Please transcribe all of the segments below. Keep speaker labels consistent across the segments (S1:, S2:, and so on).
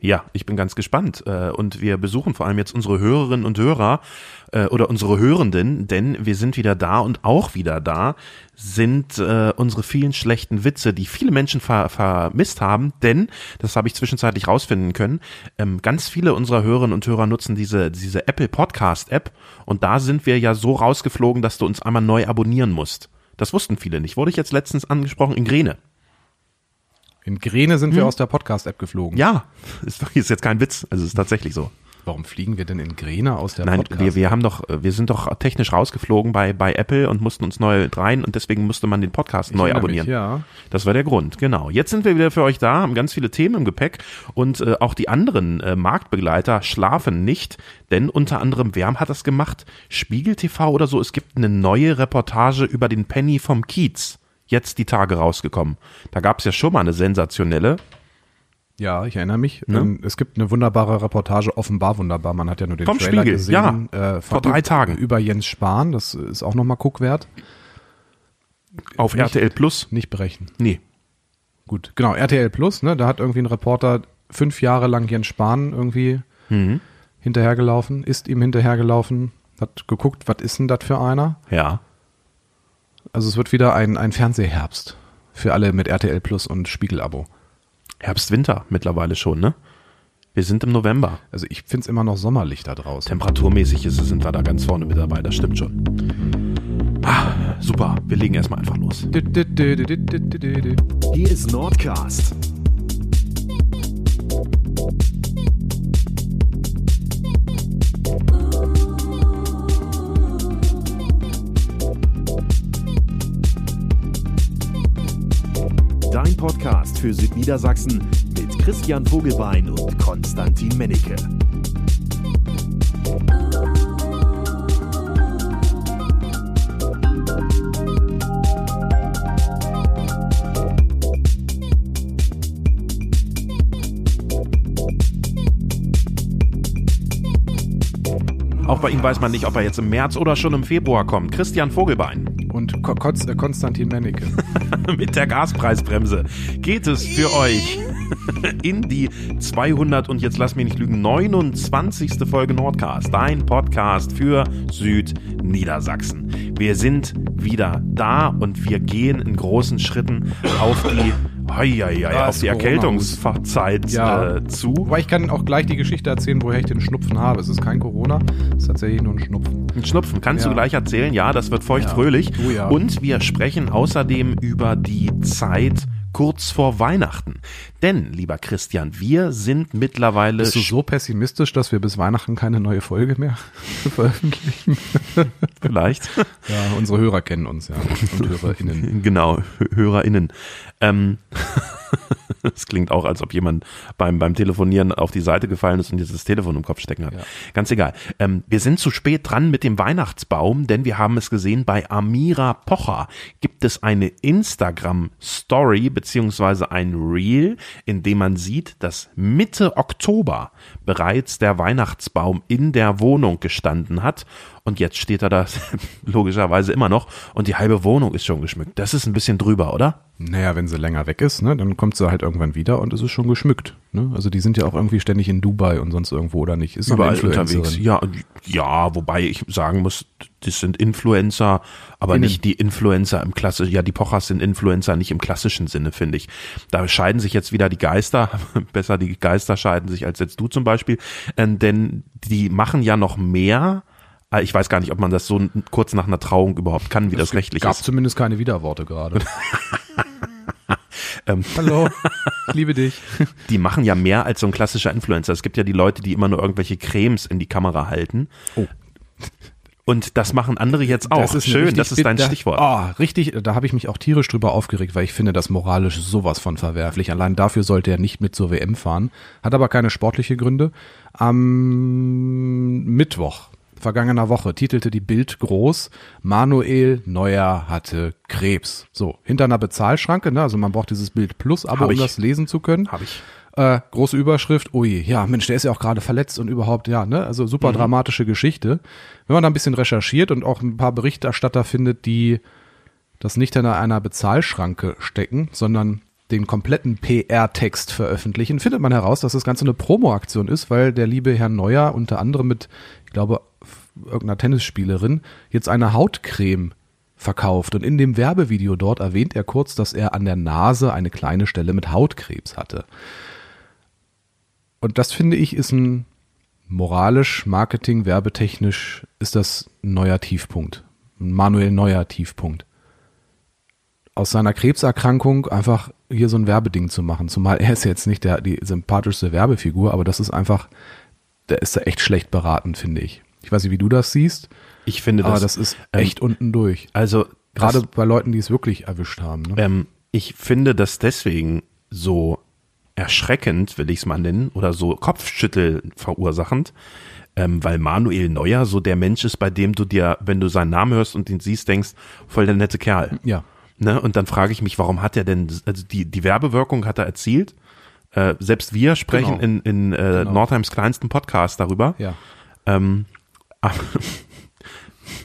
S1: Ja, ich bin ganz gespannt. Äh, Und wir besuchen vor allem jetzt unsere Hörerinnen und Hörer äh, oder unsere Hörenden, denn wir sind wieder da und auch wieder da sind äh, unsere vielen schlechten Witze, die viele Menschen ver vermisst haben, denn, das habe ich zwischenzeitlich rausfinden können, ähm, ganz viele unserer Hörerinnen und Hörer nutzen diese, diese Apple Podcast App und da sind wir ja so rausgeflogen, dass du uns einmal neu abonnieren musst. Das wussten viele nicht. Wurde ich jetzt letztens angesprochen in Grene.
S2: In Grene sind wir aus der Podcast-App geflogen.
S1: Ja, ist, wirklich- ist jetzt kein Witz. Also es ist tatsächlich so.
S2: Warum fliegen wir denn in Grene aus der
S1: Nein,
S2: Podcast?
S1: wir, wir haben doch, äh, wir sind doch technisch rausgeflogen bei, bei Apple und mussten uns neu rein und deswegen musste man den Podcast neu
S2: erinnere
S1: abonnieren.
S2: mich, ja.
S1: Das war der Grund, genau. Jetzt sind wir wieder für euch da, haben ganz viele Themen im Gepäck und äh, auch die anderen äh, Marktbegleiter schlafen nicht, denn unter anderem, wer hat das gemacht? Spiegel TV oder so, es gibt eine neue Reportage über den Penny vom Kiez. Jetzt die Tage rausgekommen. Da gab es ja schon mal eine sensationelle.
S2: ja, ich erinnere mich.
S1: Ne?
S2: Ähm, Es gibt eine wunderbare Reportage, offenbar wunderbar. Man hat ja nur den
S1: Vom
S2: Trailer
S1: Spiegel,
S2: gesehen.
S1: ja.
S2: äh,
S1: Vor
S2: von-
S1: drei Tagen.
S2: Über Jens Spahn, das ist auch nochmal guckwert.
S1: Auf
S2: Nicht-
S1: RTL Plus?
S2: Nicht berechnen.
S1: Nee.
S2: Gut, genau, RTL Plus, ne? Da hat irgendwie ein Reporter fünf Jahre lang Jens Spahn irgendwie
S1: Mhm.
S2: hinterhergelaufen, ist ihm hinterhergelaufen, hat geguckt, was ist denn das für einer?
S1: Ja.
S2: Also es wird wieder ein, ein Fernsehherbst für alle mit RTL Plus und Spiegel-Abo.
S1: Herbst, Winter mittlerweile schon, ne? Wir sind im November.
S2: Also ich find's immer noch sommerlich da draußen.
S1: Temperaturmäßig ist, es- sind wir da ganz vorne mit dabei, das stimmt schon. Ah, super, wir legen erstmal einfach los.
S3: Hier ist Nordcast. Dein Podcast für Südniedersachsen mit Christian Vogelbein und Konstantin Mennecke.
S1: Auch bei ihm weiß man nicht, ob er jetzt im März oder schon im Februar kommt. Christian Vogelbein
S2: Und Ko- Kotz, äh, Konstantin Mennecke.
S1: mit der Gaspreisbremse geht es für euch in die 200 und jetzt lass mich nicht lügen, 29. Folge Nordcast, dein Podcast für Südniedersachsen. Wir sind wieder da und wir gehen in großen Schritten auf die, hei, hei, hei, auf
S2: Das
S1: die Erkältungszeit
S2: Ja.
S1: äh, zu.
S2: Wobei ich kann auch gleich die Geschichte erzählen, woher ich den Schnupfen habe. Es ist kein Corona, es ist tatsächlich nur ein Schnupfen.
S1: Ein Schnupfen, kannst
S2: Ja.
S1: du gleich erzählen? Ja, das wird feuchtfröhlich.
S2: Oh ja.
S1: Und wir sprechen außerdem über die Zeit kurz vor Weihnachten. Denn, lieber Christian, wir sind mittlerweile
S2: Bist du so pessimistisch, dass wir bis Weihnachten keine neue Folge mehr veröffentlichen?
S1: vielleicht
S2: Ja, unsere Hörer kennen uns ja und HörerInnen.
S1: Genau, H- HörerInnen. Ähm, das klingt auch, als ob jemand beim, beim Telefonieren auf die Seite gefallen ist und jetzt das Telefon im Kopf stecken hat.
S2: Ja.
S1: Ganz egal. Ähm, wir sind zu spät dran mit dem Weihnachtsbaum, denn wir haben es gesehen, bei Amira Pocher gibt es eine Instagram-Story beziehungsweise ein Reel, in dem man sieht, dass Mitte Oktober bereits der Weihnachtsbaum in der Wohnung gestanden hat. Und jetzt steht er da logischerweise immer noch und die halbe Wohnung ist schon geschmückt. Das ist ein bisschen drüber, oder?
S2: Naja, wenn sie länger weg ist, ne, dann kommt sie halt irgendwann wieder und es ist schon geschmückt. Ne? Also die sind ja auch irgendwie ständig in Dubai und sonst irgendwo oder nicht. Ist so eine
S1: überall
S2: Influencerin.
S1: unterwegs. Ja, ja, wobei ich sagen muss, das sind Influencer, aber nicht die Influencer im klassischen, ja, die Pochers sind Influencer nicht im klassischen Sinne, finde ich. Da scheiden sich jetzt wieder die Geister, besser die Geister scheiden sich als jetzt du zum Beispiel, äh, denn die machen ja noch mehr. Äh, Ich weiß gar nicht, ob man das so n- kurz nach einer Trauung überhaupt kann, wie das, rechtlich
S2: Gab
S1: ist.
S2: zumindest keine Widerworte gerade.
S1: Ähm.
S2: Hallo, ich liebe dich.
S1: Die machen ja mehr als so ein klassischer Influencer. Es gibt ja die Leute, die immer nur irgendwelche Cremes in die Kamera halten.
S2: Oh.
S1: Und das machen andere jetzt auch.
S2: eine
S1: Oh, Schön,
S2: richtig
S1: das ist dein
S2: bitter-
S1: Stichwort.
S2: Oh, richtig, da habe ich mich auch tierisch drüber aufgeregt, weil ich finde das moralisch sowas von verwerflich. Allein dafür sollte er nicht mit zur WM fahren. Hat aber keine sportliche Gründe. Am Mittwoch vergangener Woche titelte die Bild groß, Manuel Neuer hatte Krebs. So, hinter einer Bezahlschranke, ne? also man braucht dieses Bild Plus-Abo,
S1: Hab
S2: um
S1: ich.
S2: das lesen zu können.
S1: Hab ich.
S2: Äh, große Überschrift, ui, ja, Mensch, der ist ja auch gerade verletzt und überhaupt, ja, ne, also super dramatische Geschichte. Wenn man da ein bisschen recherchiert und auch ein paar Berichterstatter findet, die das nicht hinter einer Bezahlschranke stecken, sondern den kompletten PR-Text veröffentlichen, findet man heraus, dass das Ganze eine Promo-Aktion ist, weil der liebe Herr Neuer unter anderem mit, ich glaube, irgendeiner Tennisspielerin jetzt eine Hautcreme verkauft. Und in dem Werbevideo dort erwähnt er kurz, dass er an der Nase eine kleine Stelle mit Hautkrebs hatte. Und das finde ich ist ein moralisch, marketing, werbetechnisch ist das ein neuer Tiefpunkt. Ein Manuel Neuer Tiefpunkt. Aus seiner Krebserkrankung einfach hier so ein Werbeding zu machen. Zumal er ist jetzt nicht der, die sympathischste Werbefigur, aber das ist einfach, der ist da echt schlecht beraten, finde ich. Ich weiß nicht, wie du das siehst.
S1: Ich finde das.
S2: Aber Ah, das ist echt
S1: ähm,
S2: unten durch.
S1: Also
S2: Gerade
S1: das,
S2: bei Leuten, die es wirklich erwischt haben. Ne?
S1: ähm, ich finde das deswegen so erschreckend, will ich es mal nennen, oder so Kopfschüttel verursachend, ähm, weil Manuel Neuer so der Mensch ist, bei dem du dir, wenn du seinen Namen hörst und ihn siehst, denkst, voll der nette Kerl.
S2: ja.
S1: Ne? Und dann frage ich mich, warum hat er denn, also die, die Werbewirkung hat er erzielt. Äh, selbst wir sprechen
S2: Genau.
S1: in, in äh,
S2: Genau.
S1: Nordheims kleinsten Podcast darüber.
S2: Ja.
S1: Ähm, aber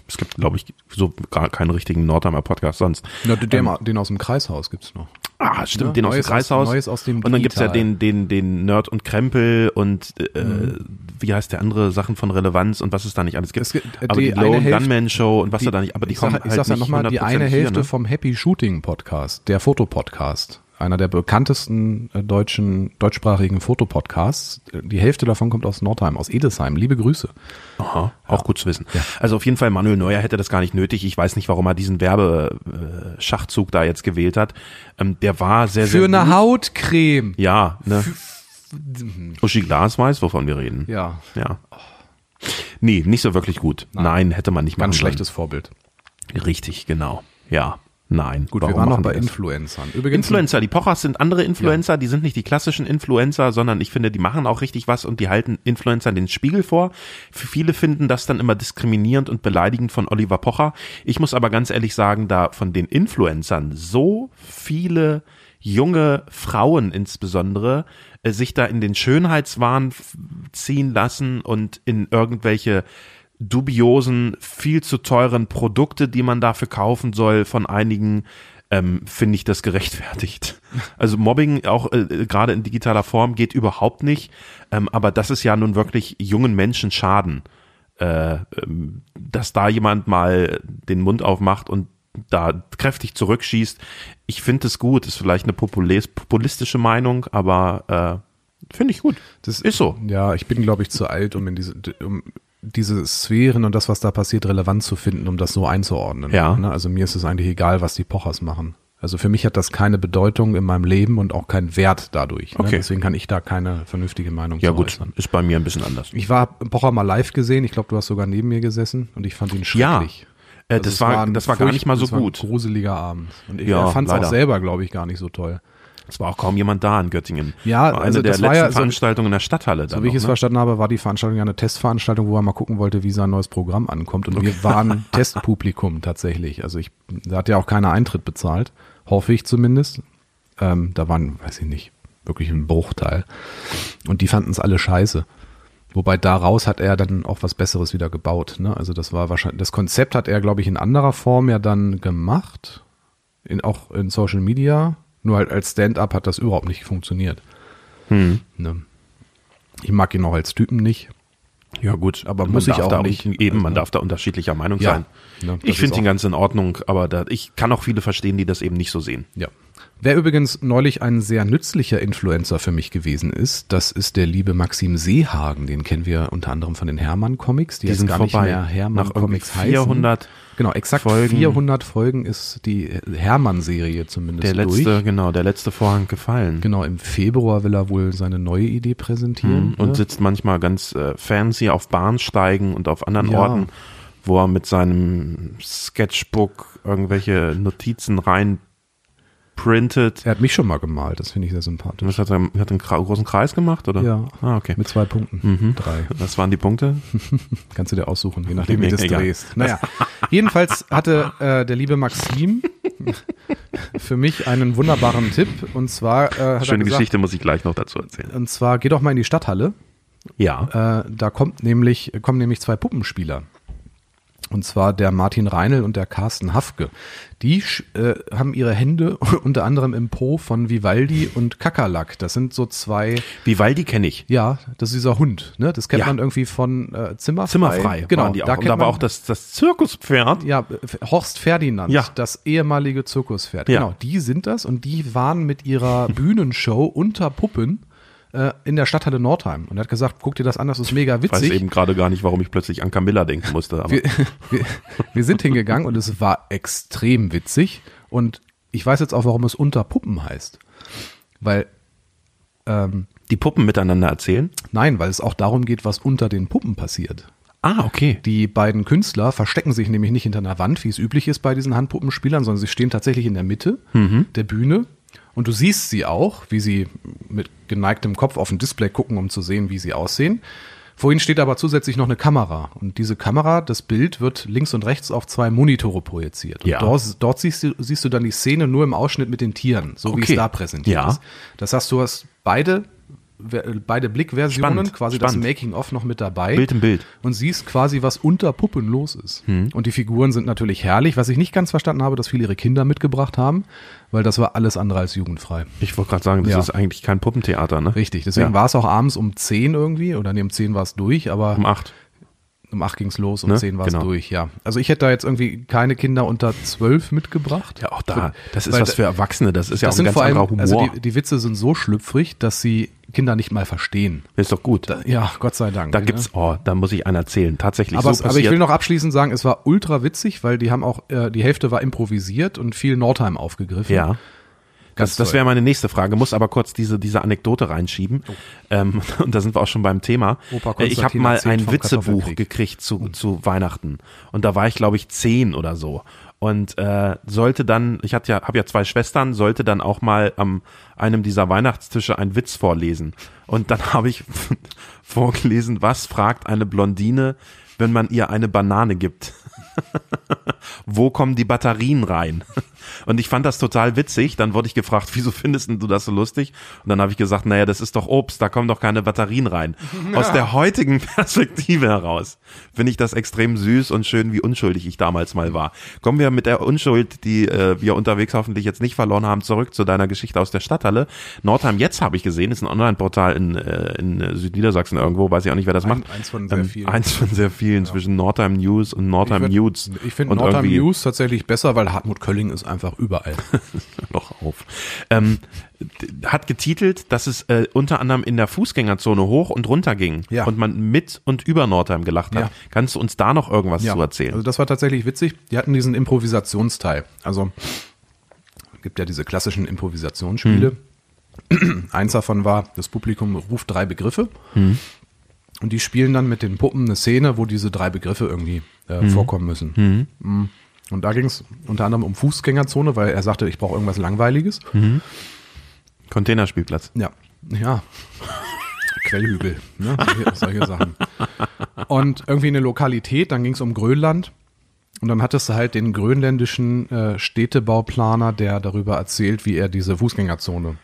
S1: es gibt, glaube ich, so gar keinen richtigen Nordheimer Podcast sonst.
S2: Na, den,
S1: Ähm,
S2: den aus dem Kreishaus gibt's noch.
S1: Ah, stimmt,
S2: Ne?
S1: den aus dem
S2: Neues aus-
S1: Kreishaus.
S2: Neues aus dem
S1: und dann gibt's ja
S2: Digital. Mhm.
S1: den, den, den Nerd und Krempel und äh, wie heißt der andere Sachen von Relevanz und was es da nicht alles gibt.
S2: Es gibt, äh,
S1: aber die,
S2: die eine
S1: Lone
S2: Hälfte-
S1: Gunman Show und was da da nicht, aber die
S2: ich
S1: kommen
S2: sag, ich
S1: halt
S2: sag's ja
S1: nicht
S2: nochmal, die
S1: 100%
S2: eine
S1: hier,
S2: Hälfte
S1: ne?
S2: vom Happy Shooting Podcast, der Fotopodcast, einer der bekanntesten äh, deutschen, deutschsprachigen Fotopodcasts. Die Hälfte davon kommt aus Nordheim, aus Edesheim. Liebe Grüße.
S1: Aha, auch gut zu wissen. Also auf jeden Fall, Manuel Neuer hätte das gar nicht nötig. Ich weiß nicht, warum er diesen Werbeschachzug da jetzt gewählt hat. Ähm, der war sehr, sehr
S2: Für eine
S1: gut.
S2: Hautcreme.
S1: Ja, ne? Uschi Glas weiß, wovon wir reden.
S2: Ja.
S1: Ja. Nee, nicht so wirklich gut. Nein, hätte man nicht machen
S2: Ganz
S1: sollen.
S2: schlechtes Vorbild.
S1: Richtig, genau. Ja, nein.
S2: Gut, wir waren noch
S1: machen
S2: bei
S1: die das?
S2: Influencern. Übrigens,
S1: Influencer, die Pochers sind andere Influencer, die sind nicht die klassischen Influencer, sondern ich finde, die machen auch richtig was und die halten Influencern den Spiegel vor. F- Viele finden das dann immer diskriminierend und beleidigend von Oliver Pocher. Ich muss aber ganz ehrlich sagen, da von den Influencern so viele junge Frauen insbesondere äh, sich da in den Schönheitswahn f- ziehen lassen und in irgendwelche dubiosen, viel zu teuren Produkte, die man dafür kaufen soll, von einigen ähm, finde ich das gerechtfertigt. Also Mobbing auch äh, äh, gerade in digitaler Form geht überhaupt nicht, ähm, aber das ist ja nun wirklich jungen Menschen Schaden, äh, ähm, dass da jemand mal den Mund aufmacht und da kräftig zurückschießt. Ich finde es gut, ist vielleicht eine populis populistische Meinung, aber äh, finde ich gut.
S2: Das
S1: Ist so.
S2: Ja, ich bin, glaube ich, zu alt, um in diese, um diese Sphären und das, was da passiert, relevant zu finden, um das so einzuordnen.
S1: Ja.
S2: Ne? Also mir ist es eigentlich egal, was die Pochers machen. Also für mich hat das keine Bedeutung in meinem Leben und auch keinen Wert dadurch. Ne?
S1: Okay.
S2: Deswegen kann ich da keine vernünftige Meinung
S1: Ja
S2: zu
S1: gut,
S2: äußern.
S1: ist bei mir ein bisschen anders. Äh,
S2: Ich war Pocher mal live gesehen. Ich glaube, du hast sogar neben mir gesessen und ich fand ihn
S1: Ja,
S2: schrecklich.
S1: äh,
S2: Also
S1: das,
S2: es
S1: war,
S2: ein
S1: das war gar nicht mal so
S2: furcht- das war ein
S1: gut.
S2: gruseliger Abend. Und ich
S1: Ja,
S2: fand es auch
S1: leider.
S2: selber, glaube ich, gar nicht so toll.
S1: Es war auch kaum jemand da in Göttingen.
S2: Ja,
S1: war eine
S2: also
S1: der
S2: das war
S1: letzten
S2: ja so-
S1: Veranstaltungen in der Stadthalle. ne?
S2: So wie ich es verstanden habe, war die Veranstaltung ja eine Testveranstaltung, wo man mal gucken wollte, wie sein neues Programm ankommt. Und wir waren Testpublikum tatsächlich. Also ich, da hat ja auch keiner Eintritt bezahlt, hoffe ich zumindest. Ähm, da waren, weiß ich nicht, wirklich ein Bruchteil. Und die fanden es alle scheiße. Wobei daraus hat er dann auch was Besseres wieder gebaut. Ne? Also das war wahrscheinlich, das Konzept hat er, glaube ich, in anderer Form ja dann gemacht. In, auch in Social Media. Nur halt als Stand-up hat das überhaupt nicht funktioniert. Ne? Ich mag ihn auch als Typen nicht.
S1: Ja gut,
S2: aber
S1: man
S2: muss ich
S1: darf
S2: auch
S1: da
S2: nicht.
S1: Eben, man
S2: Also-
S1: darf da unterschiedlicher Meinung
S2: Ja.
S1: sein.
S2: Ja, das
S1: ich
S2: ist
S1: finde ihn
S2: auch-
S1: ganz in Ordnung, aber da, ich kann auch viele verstehen, die das eben nicht so sehen.
S2: Ja. Wer übrigens neulich ein sehr nützlicher Influencer für mich gewesen ist, das ist der liebe Maxim Seehagen. Den kennen wir unter anderem von den Hermann-Comics, die,
S1: Die
S2: jetzt
S1: sind
S2: gar
S1: vorbei.
S2: nicht mehr
S1: Nach irgendwie
S2: Hermann-Comics heißen.
S1: 400
S2: Genau, exakt
S1: Folgen.
S2: 400 Folgen ist die Hermann-Serie zumindest
S1: Der
S2: durch.
S1: letzte, genau, der letzte Vorhang gefallen.
S2: Genau, im Februar will er wohl seine neue Idee präsentieren.
S1: Hm, Mhm. Und
S2: ne?
S1: sitzt manchmal ganz äh, fancy auf Bahnsteigen und auf anderen
S2: Ja.
S1: Orten, wo er mit seinem Sketchbook irgendwelche Notizen rein printet.
S2: Er hat mich schon mal gemalt, das finde ich sehr sympathisch.
S1: Was hat er hat er einen Kra- großen Kreis gemacht, oder?
S2: Ja,
S1: Ah, okay.
S2: mit zwei Punkten.
S1: Mhm.
S2: Drei.
S1: Was waren die Punkte?
S2: Kannst du dir aussuchen, je nachdem, wie
S1: Mir
S2: du es
S1: egal.
S2: drehst. Naja, jedenfalls hatte äh, der liebe Maxim für mich einen wunderbaren Tipp. Und zwar, äh, hat er
S1: Schöne
S2: gesagt,
S1: Geschichte muss ich gleich noch dazu erzählen.
S2: und zwar geh doch mal in die Stadthalle.
S1: Ja.
S2: Äh, da kommt nämlich, kommen nämlich zwei Puppenspieler. Und zwar der Martin Reinl und der Carsten Hafke. Die sch- äh, haben ihre Hände unter anderem im Po von Vivaldi und Kakerlak. Das sind so zwei,
S1: Vivaldi kenne ich.
S2: ja, das ist dieser Hund, ne? Das kennt
S1: Ja.
S2: man irgendwie von äh, Zimmerfrei.
S1: Zimmerfrei
S2: genau.
S1: waren die auch.
S2: Da
S1: und
S2: kennt
S1: da war
S2: man,
S1: auch das, das Zirkuspferd.
S2: ja, F- Horst Ferdinand,
S1: Ja.
S2: das ehemalige Zirkuspferd.
S1: Ja.
S2: Genau, die sind das und die waren mit ihrer Bühnenshow unter Puppen äh, in der Stadthalle Nordheim und er hat gesagt, guck dir das an, das ist mega
S1: Ich weiß
S2: witzig.
S1: eben gerade gar nicht, warum ich plötzlich an Camilla denken musste. Aber
S2: wir, wir, wir sind hingegangen und es war extrem witzig. Und ich weiß jetzt auch, warum es unter Puppen heißt. Weil, ähm,
S1: die Puppen miteinander erzählen?
S2: nein, weil es auch darum geht, was unter den Puppen passiert.
S1: Ah, okay.
S2: Die beiden Künstler verstecken sich nämlich nicht hinter einer Wand, wie es üblich ist bei diesen Handpuppenspielern, sondern sie stehen tatsächlich in der Mitte
S1: Mhm.
S2: der Bühne. Und du siehst sie auch, wie sie mit geneigtem Kopf auf ein Display gucken, um zu sehen, wie sie aussehen. Vor ihnen steht aber zusätzlich noch eine Kamera. Und diese Kamera, das Bild wird links und rechts auf zwei Monitore projiziert. Und
S1: Ja.
S2: dort, dort siehst, du, siehst du dann die Szene nur im Ausschnitt mit den Tieren, so wie
S1: Okay.
S2: es da präsentiert
S1: Ja.
S2: ist. Das heißt, du hast beide, beide Blickversionen,
S1: Spannend,
S2: quasi das
S1: spannend.
S2: Making-of noch mit dabei
S1: Bild im Bild. Hm.
S2: und siehst quasi, was unter Puppen los ist. Und die Figuren sind natürlich herrlich. Was ich nicht ganz verstanden habe, dass viele ihre Kinder mitgebracht haben, weil das war alles andere als jugendfrei.
S1: Ich wollte gerade sagen, das
S2: Ja.
S1: ist eigentlich kein Puppentheater, ne?
S2: Richtig, deswegen
S1: Ja.
S2: war es auch abends um 10 irgendwie oder nee, um 10 war es durch, aber
S1: Um acht.
S2: um 8 ging es los, um
S1: Ne?
S2: 10 war es
S1: Genau.
S2: durch, ja. Also ich hätte da jetzt irgendwie keine Kinder unter 12 mitgebracht.
S1: Ja, auch da. Das ist
S2: Weil
S1: was
S2: da-
S1: für Erwachsene. Das ist ja auch ein
S2: das sind
S1: ganz
S2: vor allem,
S1: anderer Humor.
S2: also die, die Witze sind so schlüpfrig, dass sie Kinder nicht mal verstehen.
S1: ist doch gut. Da,
S2: Ja, Gott sei Dank. ne?
S1: gibt's, oh, da muss ich einen erzählen. Tatsächlich
S2: Aber,
S1: so
S2: aber ich
S1: passiert.
S2: will noch abschließend sagen, es war ultra witzig, weil die haben auch, äh, die Hälfte war improvisiert und viel Nordheim aufgegriffen.
S1: ja.
S2: Ganz
S1: Das, das
S2: toll. Oh.
S1: wäre meine nächste Frage. Muss aber kurz diese, diese Anekdote reinschieben. Ähm, und da sind wir auch schon beim Thema.
S2: Opa
S1: Äh, ich habe
S2: Konstantin
S1: mal
S2: erzählt
S1: ein
S2: vom
S1: Witzebuch
S2: Kartoffelkrieg. Mhm.
S1: gekriegt zu, zu Weihnachten. Und da war ich, glaube ich, zehn oder so. Und äh, sollte dann, ich hatte ja, habe ja zwei Schwestern, sollte dann auch mal am einem dieser Weihnachtstische einen Witz vorlesen. Und dann habe ich vorgelesen, was fragt eine Blondine, wenn man ihr eine Banane gibt? wo kommen die Batterien rein? Und ich fand das total witzig. Dann wurde ich gefragt, wieso findest denn du das so lustig? Und dann habe ich gesagt, naja, das ist doch Obst, da kommen doch keine Batterien rein. Aus der heutigen Perspektive heraus finde ich das extrem süß und schön, wie unschuldig ich damals mal war. Kommen wir mit der Unschuld, die äh, wir unterwegs hoffentlich jetzt nicht verloren haben, zurück zu deiner Geschichte aus der Stadthalle. Nordheim jetzt habe ich gesehen, ist ein Online-Portal in, äh, in äh, Südniedersachsen irgendwo, weiß ich auch nicht, wer das
S2: Ein-
S1: macht.
S2: eins von sehr
S1: Ähm,
S2: vielen.
S1: Eins von sehr vielen zwischen Nordheim News und Nordheim
S2: Ich würd-
S1: Nudes.
S2: Ich finde
S1: Und
S2: Nordheim
S1: irgendwie-
S2: News tatsächlich besser, weil Hartmut Kölling ist einfach überall.
S1: noch auf. Ähm, d- hat getitelt, dass es äh, unter anderem in der Fußgängerzone hoch und runter ging
S2: Ja.
S1: und man mit und über Nordheim gelacht hat.
S2: Ja.
S1: Kannst du uns da noch irgendwas zu erzählen?
S2: Also das war tatsächlich witzig. Die hatten diesen Improvisationsteil. Also gibt ja diese klassischen Improvisationsspiele.
S1: Mhm.
S2: Eins davon war, das Publikum ruft drei Begriffe. Und die spielen dann mit den Puppen eine Szene, wo diese drei Begriffe irgendwie äh, vorkommen müssen. Mhm. Und da ging es unter anderem um Fußgängerzone, weil er sagte, ich brauche irgendwas Langweiliges.
S1: Containerspielplatz.
S2: Ja, ja. Quellhügel, ne? solche, solche Sachen. Und irgendwie eine Lokalität, dann ging es um Grönland. Und dann hattest du halt den grönländischen äh, Städtebauplaner, der darüber erzählt, wie er diese Fußgängerzone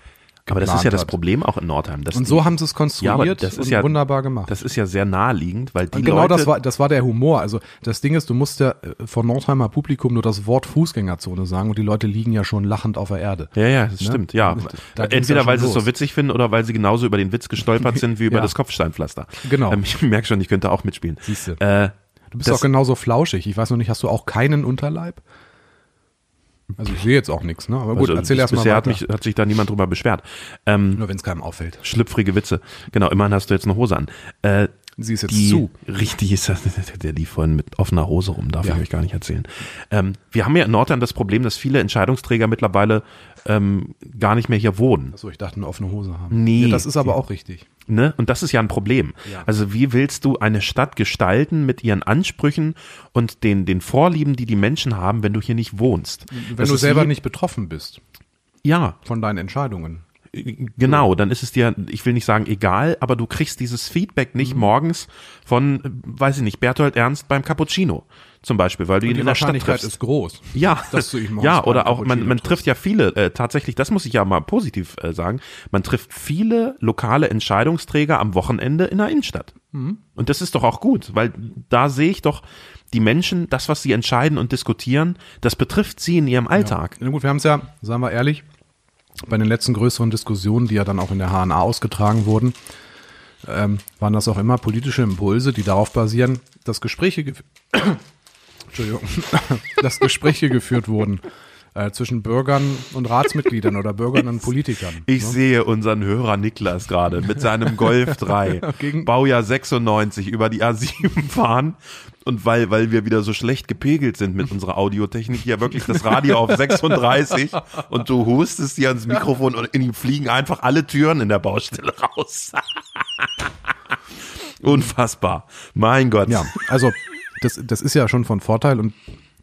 S1: Aber das ist
S2: geplant
S1: ja das
S2: hat.
S1: Problem auch in Nordheim. dass
S2: Und
S1: die-
S2: so haben sie es
S1: ja,
S2: konstruiert
S1: aber das ist
S2: und
S1: ja,
S2: wunderbar gemacht.
S1: Das ist ja sehr naheliegend, weil die
S2: Und genau
S1: Leute,
S2: das war, das war der Humor. Also das Ding ist, du musst ja äh, vom Nordheimer Publikum nur das Wort Fußgängerzone sagen und die Leute liegen ja schon lachend auf der Erde.
S1: ja, ja, das stimmt, ja.
S2: Ne?
S1: Äh,
S2: Da ging's
S1: Entweder
S2: ja
S1: weil
S2: schon
S1: sie es so
S2: los.
S1: witzig finden oder weil sie genauso über den Witz gestolpert sind wie über
S2: Ja.
S1: das Kopfsteinpflaster.
S2: Genau.
S1: Ähm, ich merke schon, ich könnte auch mitspielen.
S2: Siehste.
S1: Äh,
S2: Du bist
S1: Das-
S2: auch genauso flauschig. Ich weiß noch nicht, hast du auch keinen Unterleib? Also ich sehe jetzt auch nichts, ne? Aber gut,
S1: also
S2: erzähl
S1: bis-
S2: erst mal
S1: Bisher hat,
S2: weiter.
S1: mich, hat sich da niemand drüber beschwert. Ähm,
S2: Nur wenn es keinem auffällt.
S1: schlüpfrige Witze. Genau, immerhin hast du jetzt eine Hose an. Äh,
S2: Sie ist jetzt
S1: die,
S2: zu.
S1: Richtig ist das, der die vorhin mit offener Hose rum, darf
S2: Ja.
S1: ich euch gar nicht erzählen. Ähm, wir haben ja in Nordrhein das Problem, dass viele Entscheidungsträger mittlerweile ähm, gar nicht mehr hier wohnen.
S2: Achso, ich dachte, eine offene Hose haben.
S1: Nee.
S2: Ja, das ist aber auch richtig.
S1: Ne? Und das ist ja ein Problem.
S2: Ja.
S1: Also wie willst du eine Stadt gestalten mit ihren Ansprüchen und den, den Vorlieben, die die Menschen haben, wenn du hier nicht wohnst?
S2: Wenn
S1: Das
S2: du
S1: ist
S2: selber
S1: wie-
S2: nicht betroffen bist
S1: Ja,
S2: von deinen Entscheidungen.
S1: Genau, dann ist es dir, ich will nicht sagen egal, aber du kriegst dieses Feedback nicht
S2: Mhm.
S1: morgens von, äh, weiß ich nicht, Bertolt Ernst beim Cappuccino zum Beispiel, weil du ihn
S2: Die
S1: in der Stadt
S2: Wahrscheinlichkeit
S1: triffst.
S2: ist groß.
S1: ja,
S2: dass du ihn morgens
S1: ja,
S2: beim
S1: oder auch, man,
S2: Cappuccino
S1: man trifft ja viele, äh, tatsächlich, das muss ich ja mal positiv äh, sagen, man trifft viele lokale Entscheidungsträger am Wochenende in der Innenstadt.
S2: Mhm.
S1: Und das ist doch auch gut, weil da sehe ich doch die Menschen, das, was sie entscheiden und diskutieren, das betrifft sie in ihrem Alltag.
S2: Na gut, wir haben es ja, sagen wir ehrlich, bei den letzten größeren Diskussionen, die ja dann auch in der HNA ausgetragen wurden, ähm, waren das auch immer politische Impulse, die darauf basieren, dass Gespräche, gef- Entschuldigung, dass Gespräche geführt wurden äh, zwischen Bürgern und Ratsmitgliedern oder Bürgern und Politikern.
S1: Ich sehe unseren Hörer Niklas gerade mit seinem Golf 3,
S2: Gegen-
S1: Baujahr 96, über die A7 fahren. Und weil, weil wir wieder so schlecht gepegelt sind mit unserer Audiotechnik, hier wirklich das Radio auf 36 und du hustest dir ans Mikrofon und in ihm fliegen einfach alle Türen in der Baustelle raus. Unfassbar. Mein Gott.
S2: Ja, also das, das ist ja schon von Vorteil und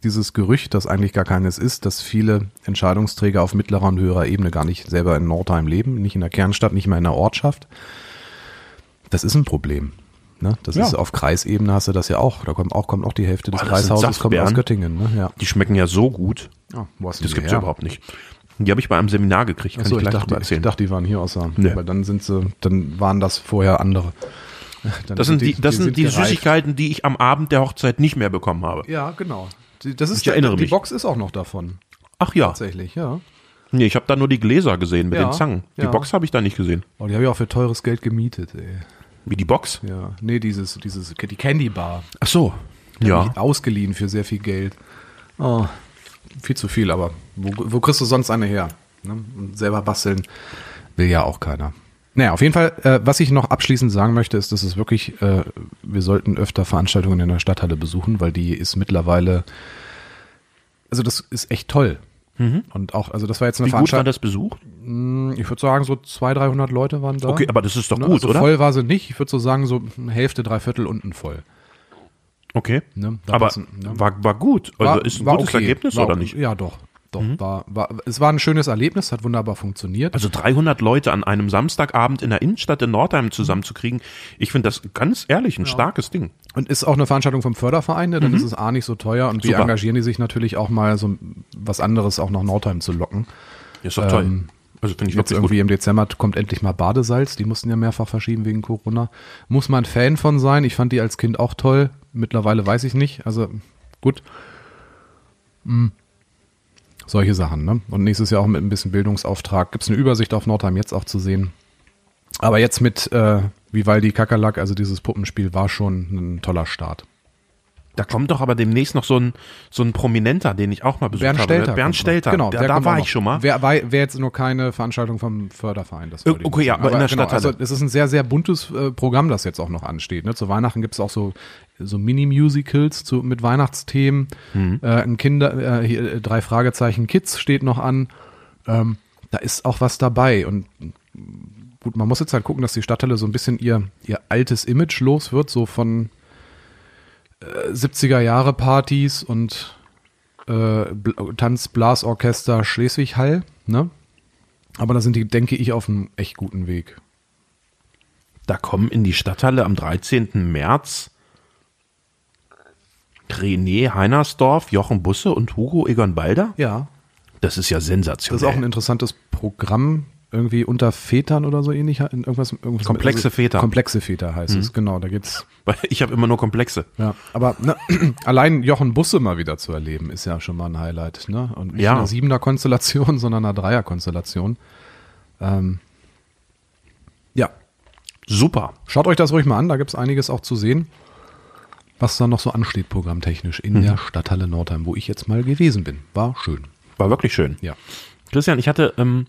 S2: dieses Gerücht, das eigentlich gar keines ist, dass viele Entscheidungsträger auf mittlerer und höherer Ebene gar nicht selber in Nordheim leben, nicht in der Kernstadt, nicht mal in der Ortschaft, das ist ein Problem. Ne? Das
S1: Ja.
S2: ist auf Kreisebene hast du das ja auch. Da kommt auch, kommt auch die Hälfte des
S1: Boah, das sind
S2: Kreishauses kommt aus
S1: Saftbeeren.
S2: Göttingen. Ne? Ja.
S1: Die schmecken ja so gut.
S2: ja wo hast du
S1: Das
S2: die
S1: gibt's ja
S2: her?
S1: überhaupt nicht. Die habe ich bei einem Seminar gekriegt, kann
S2: Achso,
S1: ich
S2: ich,
S1: gleich
S2: dachte,
S1: drüber
S2: ich
S1: erzählen.
S2: dachte, die waren hier aus Saarland.
S1: Nee.
S2: Aber dann sind sie, dann waren das vorher andere. Dann
S1: Das sind die, das sind die
S2: gereift.
S1: Süßigkeiten, die ich am Abend der Hochzeit nicht mehr bekommen habe.
S2: Ja, genau. Die- Das ist
S1: Ich erinnere
S2: die
S1: mich.
S2: Box ist auch noch davon.
S1: Ach ja,
S2: Tatsächlich, ja.
S1: nee, ich habe da nur die Gläser gesehen mit
S2: Ja,
S1: den Zangen. Die
S2: ja.
S1: Box habe ich da nicht gesehen.
S2: Oh, die habe ich auch für teures Geld gemietet, ey.
S1: Wie die Box?
S2: Ja. Nee, dieses, dieses, die Candy Bar.
S1: Ach so.
S2: Hab
S1: Ja.
S2: ich Ausgeliehen für sehr viel Geld. Oh, viel zu viel, aber wo, wo kriegst du sonst eine her? Ne? Und selber basteln will ja auch keiner. Naja, auf jeden Fall, äh, was ich noch abschließend sagen möchte, ist, dass es wirklich, äh, wir sollten öfter Veranstaltungen in der Stadthalle besuchen, weil die ist mittlerweile, also das ist echt toll. Und auch, also das war jetzt
S1: Mhm.
S2: eine
S1: Wie gut war
S2: Veranstaltung,
S1: das besucht?
S2: ich würde sagen, so 200, 300 Leute waren da.
S1: Okay, aber das ist doch
S2: Ne,
S1: gut,
S2: also
S1: oder?
S2: Voll war sie nicht. Ich würde so sagen, so Hälfte, Dreiviertel unten voll.
S1: Okay.
S2: Ne, da
S1: aber
S2: passen, ne?
S1: war, war gut. Also ist ein gutes
S2: okay.
S1: Ergebnis
S2: war
S1: oder
S2: okay.
S1: nicht?
S2: Ja, doch. Doch, war, war, es war ein schönes Erlebnis, hat wunderbar funktioniert.
S1: Also 300 Leute an einem Samstagabend in der Innenstadt in Nordheim zusammenzukriegen, ich finde das ganz ehrlich ein starkes Ding.
S2: Und ist auch eine Veranstaltung vom Förderverein, ne? dann ist es A nicht so teuer und wir
S1: Mhm. Super.
S2: engagieren die sich natürlich auch mal so was anderes auch nach Nordheim zu locken.
S1: Ist doch toll.
S2: Ähm,
S1: also finde ich wirklich
S2: Jetzt
S1: gut.
S2: irgendwie im Dezember kommt endlich mal Badesalz, die mussten ja mehrfach verschieben wegen Corona. Muss man Fan von sein, ich fand die als Kind auch toll, mittlerweile weiß ich nicht, also gut. Hm. Solche Sachen, ne? Und nächstes Jahr auch mit ein bisschen Bildungsauftrag. Gibt es eine Übersicht auf Nordheim jetzt auch zu sehen. Aber jetzt mit äh, Vivaldi Kakerlak, also dieses Puppenspiel, war schon ein toller Start.
S1: Da kommt doch aber demnächst noch so ein, so ein Prominenter, den ich auch mal besucht
S2: Bernd
S1: habe. ne?
S2: Stelter.
S1: Bernd Stelter.
S2: Genau,
S1: da
S2: der
S1: da
S2: kommt auch
S1: war
S2: noch.
S1: ich schon mal.
S2: Wer, war, wer jetzt nur keine Veranstaltung vom Förderverein. Das wollte ich
S1: Okay,
S2: nicht
S1: ja,
S2: sagen.
S1: aber in der Stadthalle.
S2: Also es ist ein sehr, sehr buntes äh, Programm, das jetzt auch noch ansteht. Ne? Zu Weihnachten gibt es auch so, so Mini-Musicals zu, mit Weihnachtsthemen.
S1: Mhm.
S2: Äh, ein Kinder, äh, hier, äh, drei Fragezeichen Kids steht noch an. Ähm, da ist auch was dabei. Und gut, man muss jetzt halt gucken, dass die Stadthalle so ein bisschen ihr, ihr altes Image los wird, so von äh, 70er Jahre Partys und äh, Bl- Tanzblasorchester Schleswig-Hall, ne? Aber da sind die, denke ich, auf einem echt guten Weg.
S1: Da kommen in die Stadthalle am 13. März René Heinersdorf, Jochen Busse und Hugo Egon Balder.
S2: Ja.
S1: Das ist ja sensationell.
S2: Das ist auch ein interessantes Programm, irgendwie unter Vätern oder so ähnlich. in Irgendwas, irgendwas mit-
S1: Komplexe Väter. Mhm.
S2: Komplexe Väter heißt es, genau. Da geht's.
S1: Weil ich habe immer nur Komplexe.
S2: Ja. Aber ne, allein Jochen Busse mal wieder zu erleben, ist ja schon mal ein Highlight, ne? Und nicht
S1: Ja.
S2: in einer Siebener-Konstellation, sondern einer Dreier-Konstellation. Ähm, ja,
S1: Super.
S2: Schaut euch das ruhig mal an, da gibt es einiges auch zu sehen, was da noch so ansteht, programmtechnisch, in
S1: Mhm.
S2: der Stadthalle Nordheim, wo ich jetzt mal gewesen bin. War schön.
S1: War wirklich schön.
S2: Ja.
S1: Christian, ich hatte, ähm,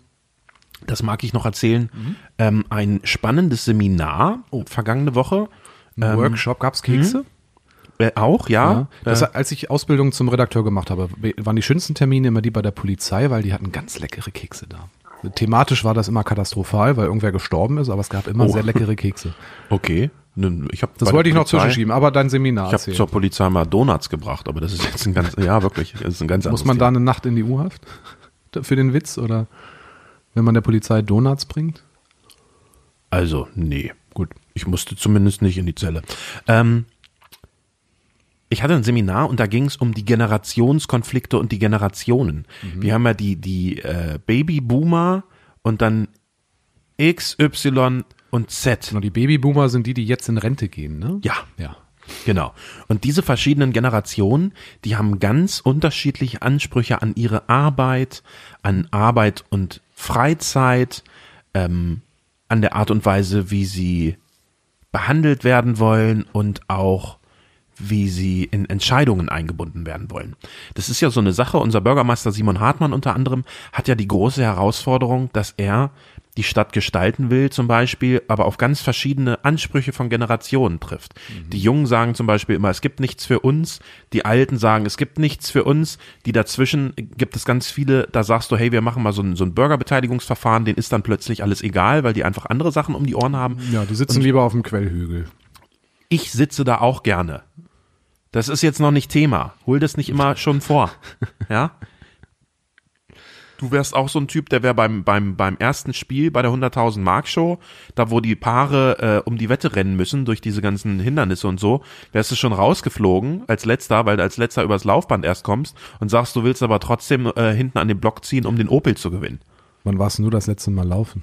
S1: das mag ich noch erzählen,
S2: Mhm.
S1: ähm, ein spannendes Seminar
S2: Oh.
S1: vergangene Woche.
S2: Ein
S1: Ähm,
S2: Workshop gab es Kekse.
S1: Äh, auch, ja.
S2: Ja. Das,
S1: äh,
S2: als ich Ausbildung zum Redakteur gemacht habe, waren die schönsten Termine immer die bei der Polizei, weil die hatten ganz leckere Kekse da. Thematisch war das immer katastrophal, weil irgendwer gestorben ist, aber es gab immer
S1: Oh.
S2: sehr leckere Kekse.
S1: Äh, okay. Nun, Ich hab bei
S2: Das
S1: der
S2: wollte ich noch
S1: Polizei-
S2: zwischenschieben, aber dein Seminar
S1: Ich habe
S2: erzählen.
S1: zur Polizei mal Donuts gebracht, aber das ist jetzt ein ganz, ja wirklich, das ist ein ganz
S2: Muss man da eine Nacht in die U-Haft? Für den Witz? Oder wenn man der Polizei Donuts bringt?
S1: Also, nee, gut. Ich musste zumindest nicht in die Zelle. Ähm, ich hatte ein Seminar und da ging es um die Generationskonflikte und die Generationen. Wir haben ja die, die äh, Babyboomer und dann X, Y und Z.
S2: Genau, die Babyboomer sind die, die jetzt in Rente gehen, ne?
S1: Ja,
S2: Ja.
S1: genau. Und diese verschiedenen Generationen, die haben ganz unterschiedliche Ansprüche an ihre Arbeit, an Arbeit und Freizeit, ähm, an der Art und Weise, wie sie behandelt werden wollen und auch wie sie in Entscheidungen eingebunden werden wollen. Das ist ja so eine Sache. Unser Bürgermeister Simon Hartmann unter anderem hat ja die große Herausforderung, dass er die Stadt gestalten will zum Beispiel, aber auf ganz verschiedene Ansprüche von Generationen trifft. Die Jungen sagen zum Beispiel immer, es gibt nichts für uns. Die Alten sagen, es gibt nichts für uns. Die dazwischen gibt es ganz viele, da sagst du, hey, wir machen mal so ein, so ein Bürgerbeteiligungsverfahren, denen ist dann plötzlich alles egal, weil die einfach andere Sachen um die Ohren haben
S2: Ja, die sitzen lieber auf dem Quellhügel.
S1: ich sitze da auch gerne. Das ist jetzt noch nicht Thema. Hol das nicht immer schon vor. Ja? Du wärst auch so ein Typ, der wäre beim, beim, beim ersten Spiel bei der 100.000 Mark Show, da wo die Paare äh, um die Wette rennen müssen durch diese ganzen Hindernisse und so, wärst du schon rausgeflogen als letzter, weil du als letzter übers Laufband erst kommst und sagst, du willst aber trotzdem äh, hinten an den Block ziehen, um den Opel zu gewinnen.
S2: Wann warst denn du das letzte Mal laufen?